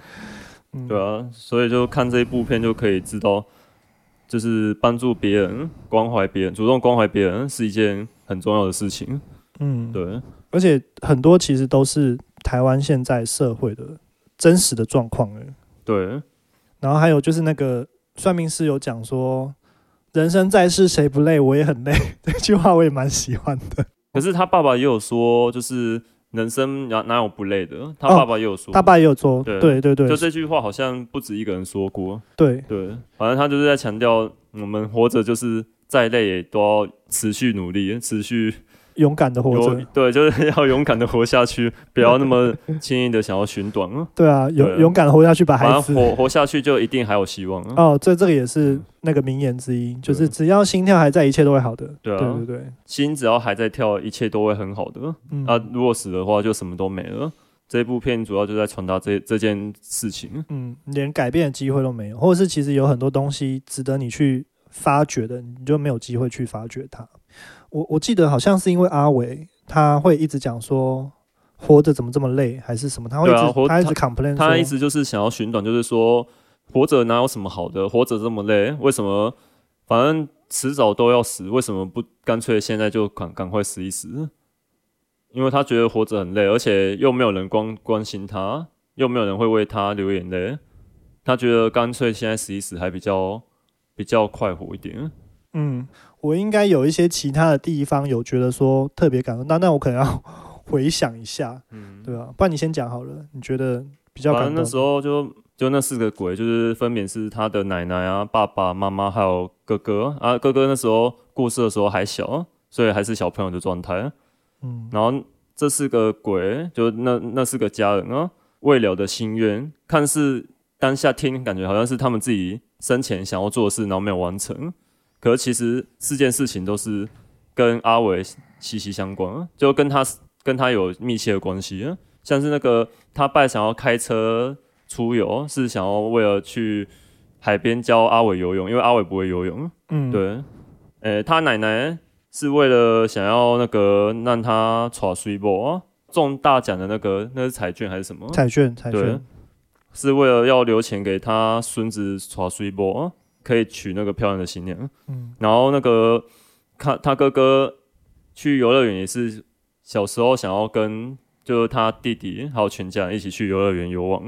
Speaker 1: 嗯，
Speaker 2: 对啊，所以就看这一部片就可以知道，就是帮助别人、关怀别人、主动关怀别人是一件很重要的事情。
Speaker 1: 嗯，
Speaker 2: 对，
Speaker 1: 而且很多其实都是台湾现在社会的真实的状况哎，
Speaker 2: 对，
Speaker 1: 然后还有就是那个算命师有讲说，人生在世谁不累，我也很累， <laughs> 这句话我也蛮喜欢的。
Speaker 2: 可是他爸爸也有说，就是人生哪哪有不累的，他
Speaker 1: 哦
Speaker 2: 爸爸也有说，
Speaker 1: 大爸也有做，
Speaker 2: 对
Speaker 1: 对对对
Speaker 2: 就这句话好像不止一个人说过。
Speaker 1: 对，
Speaker 2: 对，反正他就是在强调，我们活着就是再累也都要持续努力，持续
Speaker 1: 勇敢的活
Speaker 2: 有
Speaker 1: 着，
Speaker 2: 对，就是要勇敢的活
Speaker 1: <laughs>
Speaker 2: 下去，不要那么轻易的想要寻短。嗯
Speaker 1: 对啊，勇
Speaker 2: 对
Speaker 1: 勇敢地活下去，把
Speaker 2: 反
Speaker 1: 孩
Speaker 2: 正
Speaker 1: 子。
Speaker 2: 活活下去就一定还有希望啊。
Speaker 1: 哦，这这个也是那个名言之一，就是
Speaker 2: 对
Speaker 1: 只要心跳还在，一切都会好的。
Speaker 2: 对啊
Speaker 1: 对对对，
Speaker 2: 心只要还在跳，一切都会很好的。
Speaker 1: 嗯
Speaker 2: 啊，如果死的话，就什么都没了。这部片主要就在传达这这件事情。
Speaker 1: 嗯，连改变的机会都没有，或者是其实有很多东西值得你去发掘的，你就没有机会去发掘它。我我记得好像是因为阿伟他会一直讲说活着怎么这么累，还是什么，他会一直、
Speaker 2: 对啊活
Speaker 1: 他一直
Speaker 2: 他
Speaker 1: complain，
Speaker 2: 他
Speaker 1: 说
Speaker 2: 一直就是想要寻短，就是说活着哪有什么好的，活着这么累，为什么？反正迟早都要死，为什么不干脆现在就赶赶快死一死？因为他觉得活着很累，而且又没有人关关心他，又没有人会为他流眼泪，他觉得干脆现在死一死还比较比较快活一点。
Speaker 1: 嗯，我应该有一些其他的地方有觉得说特别感动，那那我可能要 <laughs> 回想一下，
Speaker 2: 嗯，
Speaker 1: 对啊吧、不然你先讲好了，你觉得比较
Speaker 2: 反
Speaker 1: 感
Speaker 2: 正
Speaker 1: 动？
Speaker 2: 那时候就就那四个鬼，就是分别是他的奶奶啊、爸爸妈妈还有哥哥啊。哥哥那时候过世的时候还小，所以还是小朋友的状态。
Speaker 1: 嗯
Speaker 2: 然后这四个鬼，就那那四个家人啊，未了的心愿，看似当下听感觉好像是他们自己生前想要做的事，然后没有完成。可是其实四件事情都是跟阿伟息息相关啊，就跟他跟他有密切的关系啊。像是那个他爸想要开车出游，是想要为了去海边教阿伟游泳，因为阿伟不会游泳。
Speaker 1: 嗯，
Speaker 2: 对，呃、他奶奶是为了想要那个让他耍水波啊，中大奖的那个那是彩券还是什么？
Speaker 1: 彩券彩
Speaker 2: 对
Speaker 1: 券，，
Speaker 2: 是为了要留钱给他孙子耍水波啊，可以娶那个漂亮的新娘。
Speaker 1: 嗯
Speaker 2: 然后那个看他哥哥去游乐园也是小时候想要跟就是他弟弟还有全家人一起去游乐园游玩。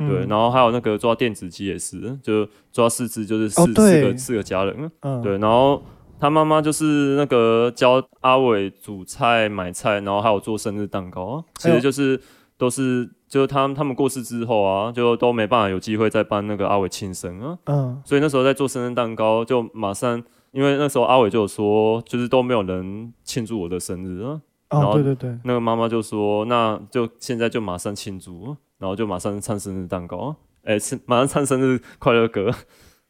Speaker 1: 嗯
Speaker 2: 对，然后还有那个抓电子鸡也是，就抓四只就是四、
Speaker 1: 哦
Speaker 2: 四
Speaker 1: 对
Speaker 2: 个四个家人。
Speaker 1: 嗯
Speaker 2: 对，然后他妈妈就是那个教阿伟煮菜、买菜，然后还有做生日蛋糕，其
Speaker 1: 哎呦
Speaker 2: 实就是都是就是他们他们过世之后啊，就都没办法有机会再帮那个阿伟庆生啊，
Speaker 1: 嗯
Speaker 2: 所以那时候在做生日蛋糕，就马上因为那时候阿伟就有说，就是都没有人庆祝我的生日啊，然
Speaker 1: 哦
Speaker 2: 后
Speaker 1: 对对对，
Speaker 2: 那个妈妈就说，那就现在就马上庆祝，啊然后就马上唱生日蛋糕。哎，是马上唱生日快乐歌，啊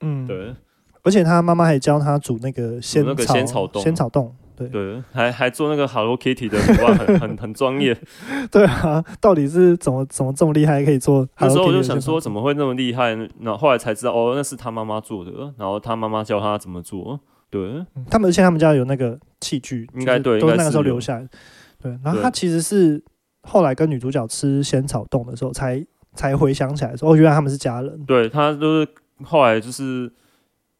Speaker 1: 嗯
Speaker 2: 对
Speaker 1: 而且他妈妈还教他煮那个仙
Speaker 2: 那个
Speaker 1: 草
Speaker 2: 仙草冻
Speaker 1: 仙草冻，对
Speaker 2: 对，还还做那个 Hello Kitty 的图案，很很很
Speaker 1: <laughs>
Speaker 2: 专业，
Speaker 1: <laughs> 对啊，到底是怎么怎么这么厉害，可以做 Hello Kitty 的仙草冻？
Speaker 2: 那时候我就想说，怎么会那么厉害？然后后来才知道，哦，那是他妈妈做的，然后他妈妈教他怎么做。对，
Speaker 1: 嗯他们而且他们家有那个器具，
Speaker 2: 应该
Speaker 1: 就是
Speaker 2: 对
Speaker 1: 都
Speaker 2: 应该
Speaker 1: 那个时候
Speaker 2: 是有
Speaker 1: 留下来。对，然后
Speaker 2: 对
Speaker 1: 他其实是后来跟女主角吃仙草冻的时候，才才回想起来说，哦，原来他们是家人。
Speaker 2: 对他就是后来就是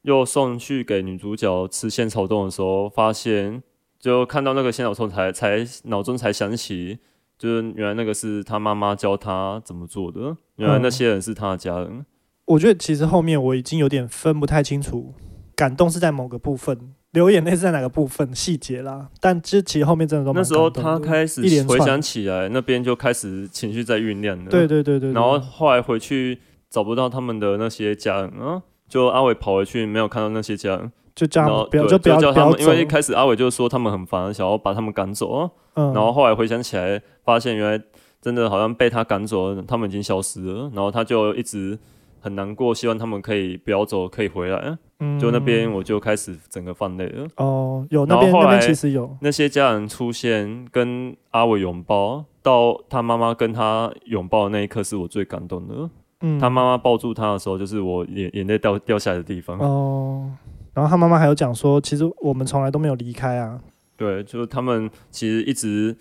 Speaker 2: 又送去给女主角吃仙草冻的时候，发现就看到那个仙草冻才才脑中才想起，就是原来那个是他妈妈教他怎么做的，原来那些人是他的家
Speaker 1: 嗯
Speaker 2: 人。
Speaker 1: 我觉得其实后面我已经有点分不太清楚，感动是在某个部分，留言那是在哪个部分细节啦，但其实其实后面真的都蛮
Speaker 2: 那时候
Speaker 1: 感
Speaker 2: 他
Speaker 1: 动的
Speaker 2: 开始
Speaker 1: 一连
Speaker 2: 回
Speaker 1: 串
Speaker 2: 想起来，那边就开始情绪在酝酿了。
Speaker 1: 对对对对，对
Speaker 2: 然后后来回去找不到他们的那些家人啊，就阿伟跑回去没有看到那些家人，
Speaker 1: 就叫
Speaker 2: 然
Speaker 1: 他
Speaker 2: 后
Speaker 1: 啊们不要
Speaker 2: 对
Speaker 1: 就不要
Speaker 2: 叫
Speaker 1: 不
Speaker 2: 他
Speaker 1: 要
Speaker 2: 们，因为一
Speaker 1: 走，
Speaker 2: 开始阿伟就说他们很烦，想要把他们赶走啊。
Speaker 1: 嗯，
Speaker 2: 然后后来回想起来，发现原来真的好像被他赶走了，他们已经消失了。然后他就一直很难过，希望他们可以不要走，可以回来。啊就那边
Speaker 1: 嗯
Speaker 2: 我就开始整个放泪了。
Speaker 1: 哦有
Speaker 2: 然
Speaker 1: 那
Speaker 2: 后
Speaker 1: 边
Speaker 2: 后
Speaker 1: 那边
Speaker 2: 来
Speaker 1: 其实有，
Speaker 2: 那些家人出现跟阿伟拥抱，到他妈妈跟他拥抱的那一刻，是我最感动的。
Speaker 1: 嗯，
Speaker 2: 他妈妈抱住他的时候，就是我眼眼泪掉掉下来的地方。
Speaker 1: 哦，然后他妈妈还有讲说，其实我们从来都没有离开啊，
Speaker 2: 对，就是他们其实一直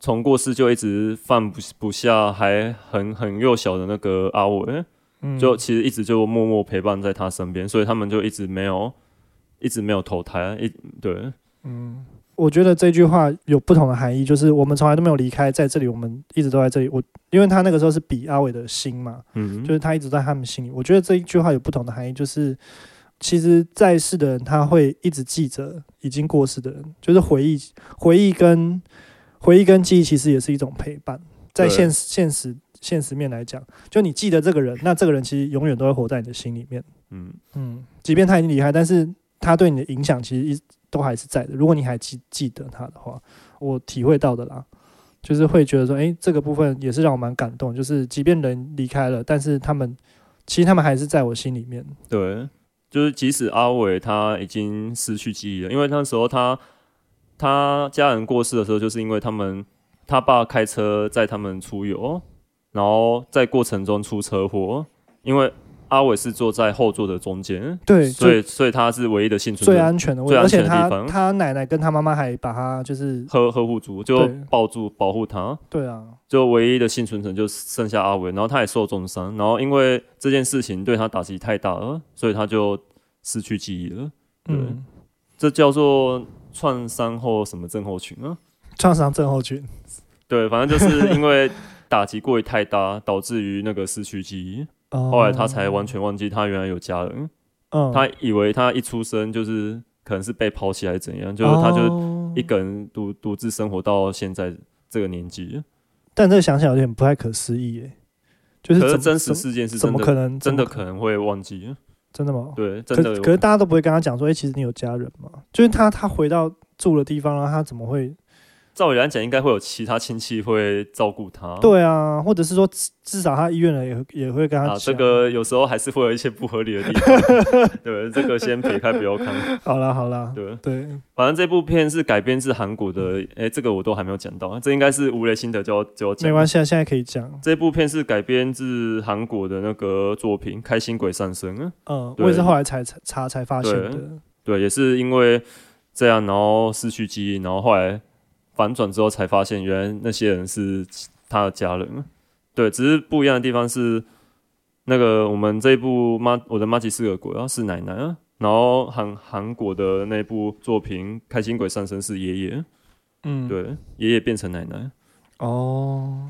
Speaker 2: 从过世就一直放不不下，还很很幼小的那个阿伟，
Speaker 1: 嗯，
Speaker 2: 就其实一直就默默陪伴在他身边，所以他们就一直没有一直没有投胎。一对
Speaker 1: 嗯，我觉得这句话有不同的含义，就是我们从来都没有离开，在这里，我们一直都在这里。我因为他那个时候是比阿伟的心嘛，
Speaker 2: 嗯，
Speaker 1: 就是他一直在他们心里。我觉得这一句话有不同的含义，就是其实在世的人他会一直记着已经过世的人，就是回忆，回忆跟回忆跟记忆其实也是一种陪伴，在
Speaker 2: 对
Speaker 1: 现实现实现实面来讲，就你记得这个人，那这个人其实永远都会活在你的心里面。
Speaker 2: 嗯，
Speaker 1: 嗯，即便他已经离开，但是他对你的影响其实一都还是在的。如果你还记记得他的话，我体会到的啦，就是会觉得说，诶，这个部分也是让我蛮感动。就是即便人离开了，但是他们其实他们还是在我心里面。
Speaker 2: 对，就是即使阿伟他已经失去记忆了，因为那时候他他家人过世的时候，就是因为他们他爸开车载他们出游，然后在过程中出车祸，因为阿伟是坐在后座的中间，
Speaker 1: 对，
Speaker 2: 所
Speaker 1: 就
Speaker 2: 以所以他是唯一的幸存
Speaker 1: 最
Speaker 2: 者，
Speaker 1: 安全的位
Speaker 2: 最
Speaker 1: 置，
Speaker 2: 安
Speaker 1: 而
Speaker 2: 全
Speaker 1: 且
Speaker 2: 的
Speaker 1: 他
Speaker 2: 地方
Speaker 1: 他奶奶跟他妈妈还把他就是
Speaker 2: 呵呵护住，就
Speaker 1: 对
Speaker 2: 抱住保护他，
Speaker 1: 对啊，
Speaker 2: 就唯一的幸存者就剩下阿伟，然后他也受重伤，然后因为这件事情对他打击太大了，所以他就失去记忆了。对
Speaker 1: 嗯，
Speaker 2: 这叫做创伤后什么症候群啊？
Speaker 1: 创伤症候群。
Speaker 2: 对，反正就是因为打击过于太大，导致于那个失去记忆，
Speaker 1: 哦
Speaker 2: 后来他才完全忘记他原来有家人，
Speaker 1: 嗯，
Speaker 2: 他以为他一出生就是可能是被抛弃还是怎样，就是他就
Speaker 1: 哦
Speaker 2: 一个人独独自生活到现在这个年纪，
Speaker 1: 但这个想想有点不太可思议耶，就是
Speaker 2: 可
Speaker 1: 怎
Speaker 2: 是
Speaker 1: 么
Speaker 2: 真实
Speaker 1: 怎
Speaker 2: 事件是
Speaker 1: 怎
Speaker 2: 真
Speaker 1: 么
Speaker 2: 的
Speaker 1: 可能
Speaker 2: 真的
Speaker 1: 怎么
Speaker 2: 可能会忘记，
Speaker 1: 真的吗？
Speaker 2: 对，真
Speaker 1: 可
Speaker 2: 的有
Speaker 1: 可是大家都不会跟他讲说，哎、其实你有家人嘛？就是他他回到住的地方了，他怎么会？
Speaker 2: 照理来讲应该会有其他亲戚会照顾他，
Speaker 1: 对啊，或者是说至至少他医院人也也会跟他讲、
Speaker 2: 啊，这个有时候还是会有一些不合理的地方。 <laughs> 对，这个先撇开不要看。
Speaker 1: 好啦好啦，
Speaker 2: 对，
Speaker 1: 对，
Speaker 2: 反正这部片是改编自韩国的，诶，这个我都还没有讲到，这应该是吴雷辛德就要就要讲。
Speaker 1: 没关。系，啊，现在可以讲。
Speaker 2: 这部片是改编自韩国的那个作品《开心鬼上身》，啊
Speaker 1: 嗯，
Speaker 2: 对
Speaker 1: 我也是后来才查查才发现
Speaker 2: 对
Speaker 1: 的。
Speaker 2: 对，也是因为这样，然后失去记忆，然后后来反转之后才发现，原来那些人是他的家人。对，只是不一样的地方是，那个我们这一部妈，我的妈吉是个鬼，然后是奶奶啊。然后韩韩国的那部作品《开心鬼上身》是爷爷，
Speaker 1: 嗯，，
Speaker 2: 对，爷爷变成奶奶。
Speaker 1: 哦，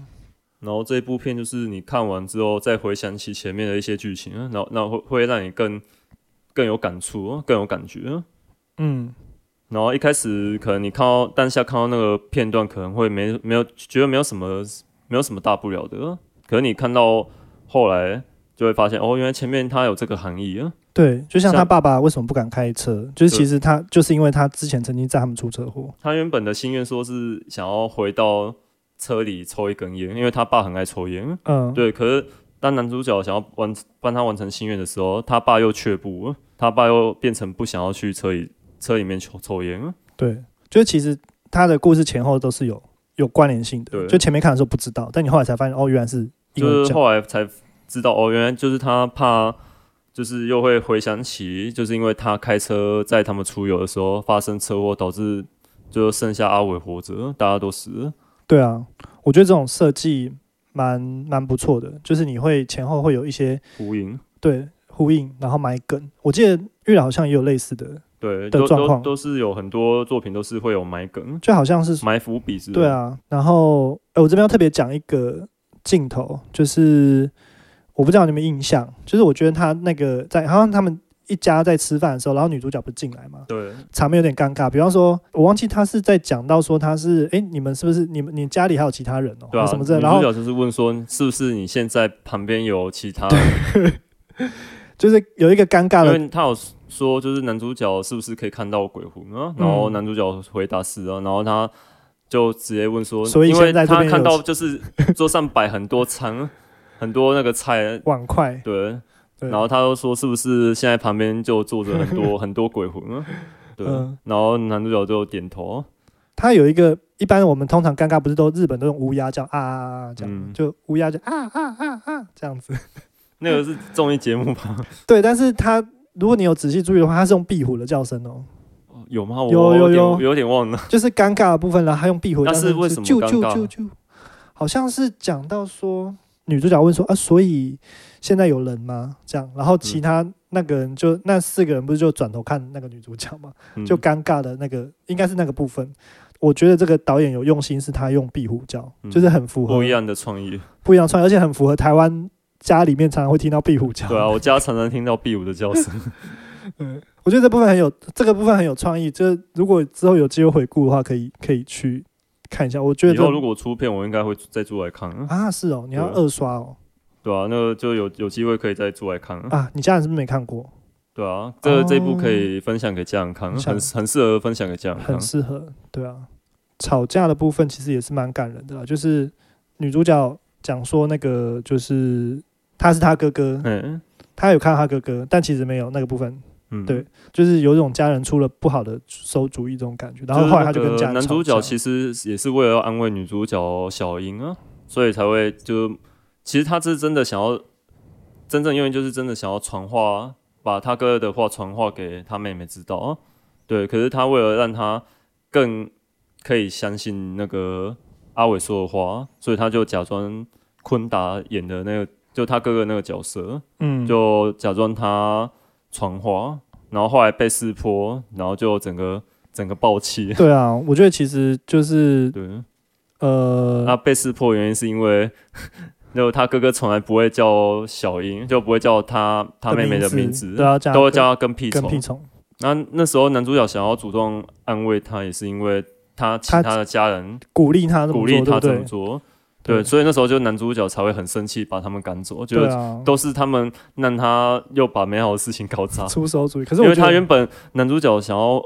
Speaker 2: 然后这一部片就是你看完之后再回想起前面的一些剧情啊，然后那会会让你更更有感触啊，更有感觉啊。
Speaker 1: 嗯，
Speaker 2: 然后一开始可能你看到当下看到那个片段，可能会没没有觉得没有什么没有什么大不了的，可是你看到后来就会发现，哦，原来前面它有这个含义啊。
Speaker 1: 对，就像
Speaker 2: 像
Speaker 1: 他爸爸为什么不敢开车，就是
Speaker 2: 对
Speaker 1: 其实他就是因为他之前曾经载他们出车祸。
Speaker 2: 他原本的心愿说是想要回到车里抽一根烟，因为他爸很爱抽烟。
Speaker 1: 嗯，
Speaker 2: 对，可是当男主角想要完帮他完成心愿的时候，他爸又却步了，他爸又变成不想要去车里车里面抽抽烟了。
Speaker 1: 对，就是其实他的故事前后都是有有关联性的。
Speaker 2: 对
Speaker 1: 就前面看的时候不知道，但你后来才发现，哦，原来是因为
Speaker 2: 就
Speaker 1: 这
Speaker 2: 是
Speaker 1: 样。
Speaker 2: 后来才知道哦，原来就是他怕，就是又会回想起，就是因为他开车载他们出游的时候发生车祸，导致就剩下阿伟活着，大家都死了。
Speaker 1: 对啊，我觉得这种设计蛮蛮不错的，就是你会前后会有一些
Speaker 2: 无影，
Speaker 1: 对呼应，然后埋梗。我记得玉老好像也有类似的，
Speaker 2: 对，
Speaker 1: 的
Speaker 2: 都
Speaker 1: 状
Speaker 2: 都
Speaker 1: 况
Speaker 2: 都是有很多作品都是会有埋梗、
Speaker 1: 就好像是
Speaker 2: 埋伏笔之类的。
Speaker 1: 对啊。然后，呃，我这边要特别讲一个镜头，就是我不知道你们印象，就是我觉得他那个在好像他们。一家在吃饭的时候，然后女主角不进来嘛，
Speaker 2: 对，
Speaker 1: 场面有点尴尬。比方说，我忘记他是在讲到说他是，哎、你们是不是你们你家里还有其他人哦、
Speaker 2: 对啊，
Speaker 1: 什么之类的，然
Speaker 2: 女主
Speaker 1: 后
Speaker 2: 角就是问说，是不是你现在旁边有其他？
Speaker 1: 就是有一个尴尬
Speaker 2: 因
Speaker 1: 的，
Speaker 2: 为他有说，就是男主角是不是可以看到鬼魂啊？然
Speaker 1: 嗯
Speaker 2: 后男主角回答是啊，然后他就直接问说，
Speaker 1: 所以
Speaker 2: 因
Speaker 1: 现
Speaker 2: 为
Speaker 1: 在这
Speaker 2: 他
Speaker 1: 边有
Speaker 2: 看到就是桌上摆很多餐，很多那个菜，
Speaker 1: 碗筷，
Speaker 2: 对，
Speaker 1: 对
Speaker 2: 然后他又说是不是现在旁边就坐着很
Speaker 1: <laughs>
Speaker 2: 多很多鬼魂啊？对
Speaker 1: 嗯，
Speaker 2: 然后男主角就点头，
Speaker 1: 他有一个，一般我们通常尴尬不是都日本都用乌鸦叫啊啊啊啊这样，
Speaker 2: 嗯
Speaker 1: 就乌鸦就啊啊啊啊这样
Speaker 2: <laughs>
Speaker 1: 子。
Speaker 2: 那个是综艺节目吧？
Speaker 1: 对，但是他如果你有仔细注意的话，他是用壁虎的叫声哦，
Speaker 2: 有吗？我
Speaker 1: 有有
Speaker 2: 点
Speaker 1: 有
Speaker 2: 有点忘了。
Speaker 1: 就是尴尬的部分了。他用壁虎的
Speaker 2: 那
Speaker 1: 叫声，
Speaker 2: 是为什么
Speaker 1: 就
Speaker 2: 尴
Speaker 1: 就
Speaker 2: 尬
Speaker 1: 就就，好像是讲到说女主角问说啊，所以现在有人吗？这样，然后
Speaker 2: 嗯
Speaker 1: 其他那个人就、那四个人不是就转头看那个女主角吗？
Speaker 2: 嗯
Speaker 1: 就尴尬的那个，应该是那个部分。我觉得这个导演有用心，是他用壁虎叫，
Speaker 2: 嗯
Speaker 1: 就是很符合
Speaker 2: 不一样的创意，
Speaker 1: 不一样穿，而且很符合台湾家里面常常会听到壁虎叫。
Speaker 2: 对啊，我家常常听到 B 五的叫声，
Speaker 1: <laughs> 嗯，我觉得这部分很有这个部分很有创意。就是如果之后有机会回顾的话，可以可以去看一下。我觉得
Speaker 2: 以
Speaker 1: 这
Speaker 2: 后如果出片，我应该会再出来看。
Speaker 1: 啊是哦，你要
Speaker 2: 对
Speaker 1: 二刷哦
Speaker 2: 对啊，那个就有有机会可以再出来看。
Speaker 1: 啊，你家人是不是没看过？
Speaker 2: 对啊，这个
Speaker 1: 哦
Speaker 2: 这一部可以分享给家人看，
Speaker 1: 想
Speaker 2: 很很适合分享给家人看
Speaker 1: 很。适合，对啊。吵架的部分其实也是蛮感人的啦，就是女主角讲说那个就是他是他哥哥，
Speaker 2: 嗯
Speaker 1: 他有看到他哥哥，但其实没有那个部分，
Speaker 2: 嗯
Speaker 1: 对就是有一种家人出了不好的馊主意这种感觉。然后后来他就跟
Speaker 2: 就是
Speaker 1: 家人
Speaker 2: 那个男主角
Speaker 1: 吵架
Speaker 2: 其实也是为了要安慰女主角小英啊，所以才会就其实他是真的想要，真正用意就是真的想要传话，把他哥的话传话给他妹妹知道啊。对，可是他为了让他更可以相信那个阿伟说的话，所以他就假装昆达演的那个，就他哥哥那个角色，
Speaker 1: 嗯
Speaker 2: 就假装他传话，然后后来被识破，然后就整个整个爆气。
Speaker 1: <laughs> 对啊，我觉得其实就是
Speaker 2: 对，
Speaker 1: 呃，
Speaker 2: 那被识破的原因是因为，就他哥哥从来不会叫小英，就不会叫他他妹妹的名字，
Speaker 1: 都要叫
Speaker 2: 都会叫他跟屁
Speaker 1: 啊跟
Speaker 2: 虫
Speaker 1: 屁。虫。
Speaker 2: 那那时候男主角想要主动安慰他，也是因为他其
Speaker 1: 他
Speaker 2: 他的家人
Speaker 1: 鼓励他这么
Speaker 2: 鼓
Speaker 1: 做，
Speaker 2: 励他这
Speaker 1: 对
Speaker 2: 么
Speaker 1: 不对？
Speaker 2: 做。对，所以那时候就男主角才会很生气，把他们赶走，就
Speaker 1: 对
Speaker 2: 是
Speaker 1: 啊，
Speaker 2: 都是他们让他又把美好的事情搞砸。
Speaker 1: 出手主义。可是
Speaker 2: 因
Speaker 1: 我
Speaker 2: 为
Speaker 1: 觉
Speaker 2: 他
Speaker 1: 得
Speaker 2: 原本男主角想要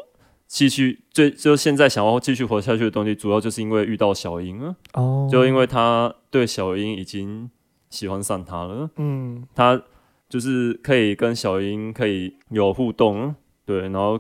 Speaker 2: 继续，最就现在想要继续活下去的东西，主要就是因为遇到小英啊，
Speaker 1: 哦，
Speaker 2: 就因为他对小英已经喜欢上他了，
Speaker 1: 嗯，
Speaker 2: 他就是可以跟小英可以有互动，对，然后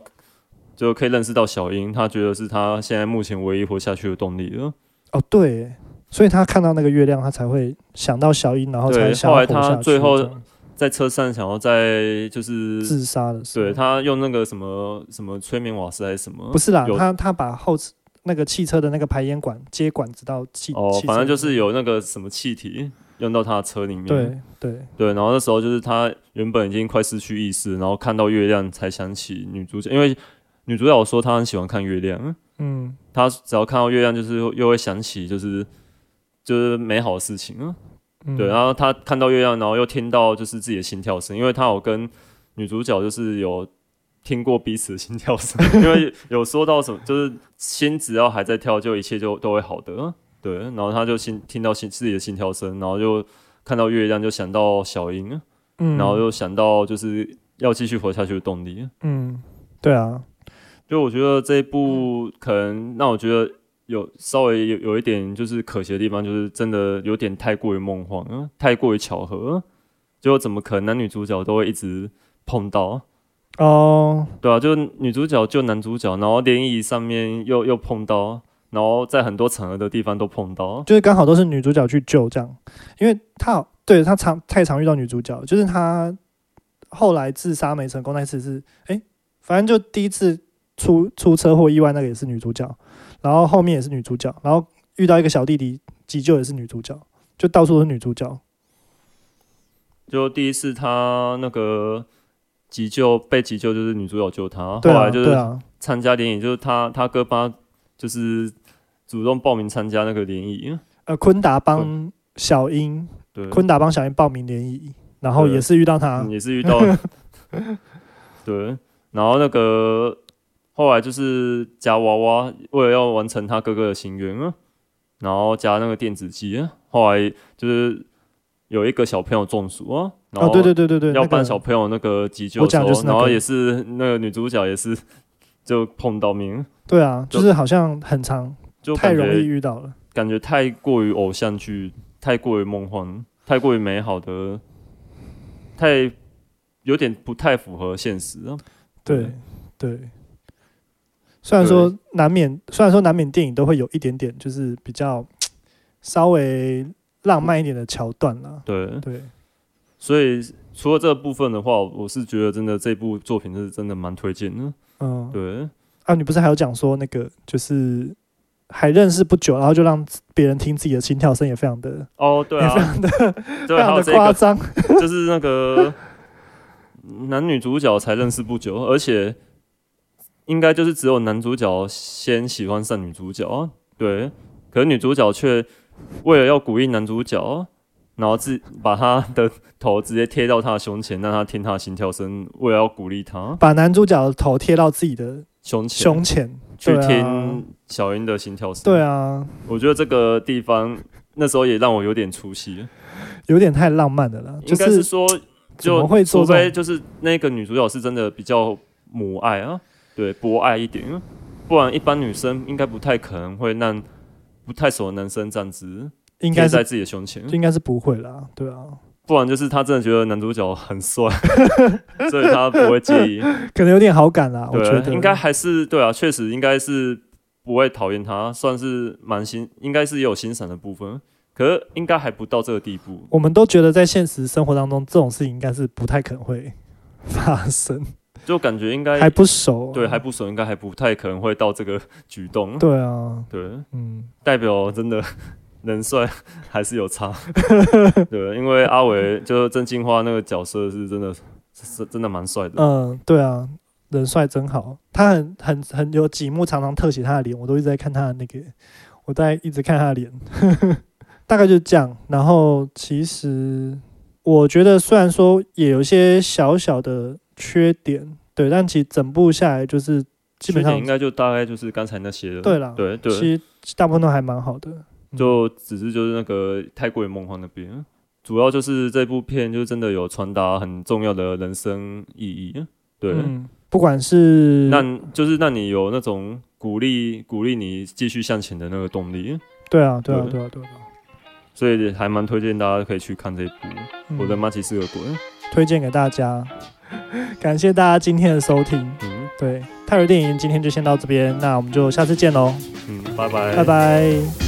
Speaker 2: 就可以认识到小英，他觉得是他现在目前唯一活下去的动力了。
Speaker 1: 哦对，所以他看到那个月亮，他才会想到小樱，然后才
Speaker 2: 对
Speaker 1: 想
Speaker 2: 后
Speaker 1: 要
Speaker 2: 来
Speaker 1: 活
Speaker 2: 他
Speaker 1: 下去
Speaker 2: 最后
Speaker 1: 这样
Speaker 2: 在车上想要在就是
Speaker 1: 自杀的时候，
Speaker 2: 对他用那个什么什么催眠瓦斯还是什么，
Speaker 1: 不是啦，
Speaker 2: 有
Speaker 1: 他他把后那个汽车的那个排烟管接管直到汽
Speaker 2: 哦，
Speaker 1: 汽车
Speaker 2: 反正就是有那个什么气体用到他的车里面。
Speaker 1: 对对
Speaker 2: 对然后那时候就是他原本已经快失去意识，然后看到月亮才想起女主角，因为女主角说她很喜欢看月亮，
Speaker 1: 嗯
Speaker 2: 她只要看到月亮就是又会想起就是就是美好的事情啊。
Speaker 1: 嗯
Speaker 2: 对，然后她看到月亮，然后又听到就是自己的心跳声，因为她有跟女主角就是有。听过彼此的心跳声， <laughs> 因为有说到什么，就是心只要还在跳，就一切就都会好的啊。对，然后他就心听到心自己的心跳声，然后就看到月亮，就想到小英啊，
Speaker 1: 嗯
Speaker 2: 然后又想到就是要继续活下去的动力。
Speaker 1: 嗯对啊
Speaker 2: 就我觉得这一
Speaker 1: 嗯
Speaker 2: 部可能让我觉得有稍微有有一点就是可惜的地方，就是真的有点太过于梦幻啊，太过于巧合啊，就怎么可能男女主角都会一直碰到？
Speaker 1: 哦
Speaker 2: 对啊，就女主角救男主角，然后联谊上面又又碰到，然后在很多场合的地方都碰到。
Speaker 1: 就是刚好都是女主角去救这样，因为他好对他常太常遇到女主角了，就是他后来自杀没成功那一次是，哎、反正就第一次出出车祸意外那个也是女主角，然后后面也是女主角，然后遇到一个小弟弟急救也是女主角，就到处都是女主角，
Speaker 2: 就第一次他那个急救被急救，就是女主角救他，后
Speaker 1: 对啊
Speaker 2: 来就
Speaker 1: 对
Speaker 2: 是
Speaker 1: 啊，
Speaker 2: 参加联谊，就是他他哥帮他就是主动报名参加那个联嗯谊，
Speaker 1: 呃，昆达帮小英，
Speaker 2: 对，
Speaker 1: 昆达帮小英报名联谊，然后
Speaker 2: 对
Speaker 1: 也是遇到他
Speaker 2: 嗯，也是遇到对，然后那个后来就是夹娃娃，为了要完成他哥哥的心愿啊，然后夹那个电子鸡啊，后来就是有一个小朋友中暑啊，然
Speaker 1: 哦，
Speaker 2: 后
Speaker 1: 对对对对对，
Speaker 2: 要
Speaker 1: 那
Speaker 2: 帮
Speaker 1: 个
Speaker 2: 小朋友那个急救
Speaker 1: 我
Speaker 2: 的时
Speaker 1: 讲
Speaker 2: 候，
Speaker 1: 的就是那
Speaker 2: 然后
Speaker 1: 个
Speaker 2: 也是那个女主角也是就碰到面，
Speaker 1: 对啊，
Speaker 2: 就
Speaker 1: 就是好像很长，
Speaker 2: 就
Speaker 1: 太
Speaker 2: 感
Speaker 1: 容易
Speaker 2: 觉
Speaker 1: 遇到了。
Speaker 2: 感觉太过于偶像剧，太过于梦幻，太过于美好的，太有点不太符合现实啊。
Speaker 1: 对对，虽然说难免，虽然说难免电影都会有一点点，就是比较稍微浪漫一点的桥段啦。
Speaker 2: 对，
Speaker 1: 对，
Speaker 2: 所以除了这部分的话，我是觉得真的这部作品是真的蛮推荐的。
Speaker 1: 嗯，
Speaker 2: 对，
Speaker 1: 啊，你不是还有讲说那个就是还认识不久，然后就让别人听自己的心跳声，也非常的、
Speaker 2: 哦，对
Speaker 1: 也非
Speaker 2: 啊，
Speaker 1: <laughs> 常的
Speaker 2: 对，
Speaker 1: 非
Speaker 2: 还
Speaker 1: 常
Speaker 2: 有
Speaker 1: 的
Speaker 2: 这
Speaker 1: 夸
Speaker 2: 个
Speaker 1: 张。
Speaker 2: <laughs> 就是那个男女主角才认识不久，而且应该就是只有男主角先喜欢上女主角啊，对，可是女主角却为了要鼓励男主角。然后自把他的头直接贴到他的胸前，让他听他的心跳声，为了要鼓励他
Speaker 1: 把男主角的头贴到自己的
Speaker 2: 胸前
Speaker 1: 胸前，
Speaker 2: 去
Speaker 1: 对啊
Speaker 2: 听小英的心跳声。
Speaker 1: 对啊，
Speaker 2: 我觉得这个地方那时候也让我有点出戏，
Speaker 1: 有点太浪漫了啦。就
Speaker 2: 应该是
Speaker 1: 是
Speaker 2: 说
Speaker 1: 怎
Speaker 2: 就
Speaker 1: 么会
Speaker 2: 除
Speaker 1: 做这
Speaker 2: 非
Speaker 1: 种？
Speaker 2: 就是那个女主角是真的比较母爱啊，对，博爱一点，不然一般女生应该不太可能会让不太熟的男生站直
Speaker 1: 应该
Speaker 2: 贴
Speaker 1: 是
Speaker 2: 在自己的胸前，
Speaker 1: 应该是不会啦，对啊，
Speaker 2: 不然就是她真的觉得男主角
Speaker 1: <laughs>
Speaker 2: 很帅，所以她不会介意，
Speaker 1: 可能有点好感 <laughs> 啦，我觉
Speaker 2: 嗯对，啊
Speaker 1: 得
Speaker 2: 应该还是对啊，确实应该是不会讨厌他，算是蛮欣，应该是也有欣赏的部分，可是应该还不到这个地步。
Speaker 1: 我们都觉得在现实生活当中，这种事情应该是不太可能会发生，
Speaker 2: 就感觉应该
Speaker 1: 还不熟、
Speaker 2: 哎
Speaker 1: 啊
Speaker 2: 对，还不熟，应该还不太可能会到这个 <laughs> 举动。
Speaker 1: 对啊，
Speaker 2: 对，
Speaker 1: 嗯，
Speaker 2: 代表真的 <laughs> 人帅 <laughs> 还是有差。 <laughs> 对，因为阿伟就是郑敬花那个角色是真的是真的蛮帅的。
Speaker 1: 嗯，对啊，人帅真好。他很很很有几幕常常特写他的脸，我都一直在看他的那个，我在一直看他的脸， <laughs> 大概就是这样。然后其实我觉得，虽然说也有一些小小的缺点，对，但其实整部下来就是基本
Speaker 2: 缺点
Speaker 1: 上
Speaker 2: 应该就大概就是刚才那些了。
Speaker 1: 对啦
Speaker 2: 对对，
Speaker 1: 其实大部分都还蛮好的。
Speaker 2: 就只是就是那个太过于梦幻那边，主要就是这部片就真的有传达很重要的人生意义。对，
Speaker 1: 嗯，不管是
Speaker 2: 那就是让你有那种鼓励鼓励你继续向前的那个动力。
Speaker 1: 对啊，对啊，
Speaker 2: 对
Speaker 1: 对啊，对啊。
Speaker 2: 所以还蛮推荐大家可以去看这一部《
Speaker 1: 嗯
Speaker 2: 我的妈吉是个鬼》。
Speaker 1: 推荐给大家， <laughs> 感谢大家今天的收听。
Speaker 2: 嗯
Speaker 1: 对，泰瑞电影今天就先到这边，那我们就下次见喽，
Speaker 2: 嗯，拜拜，
Speaker 1: 拜拜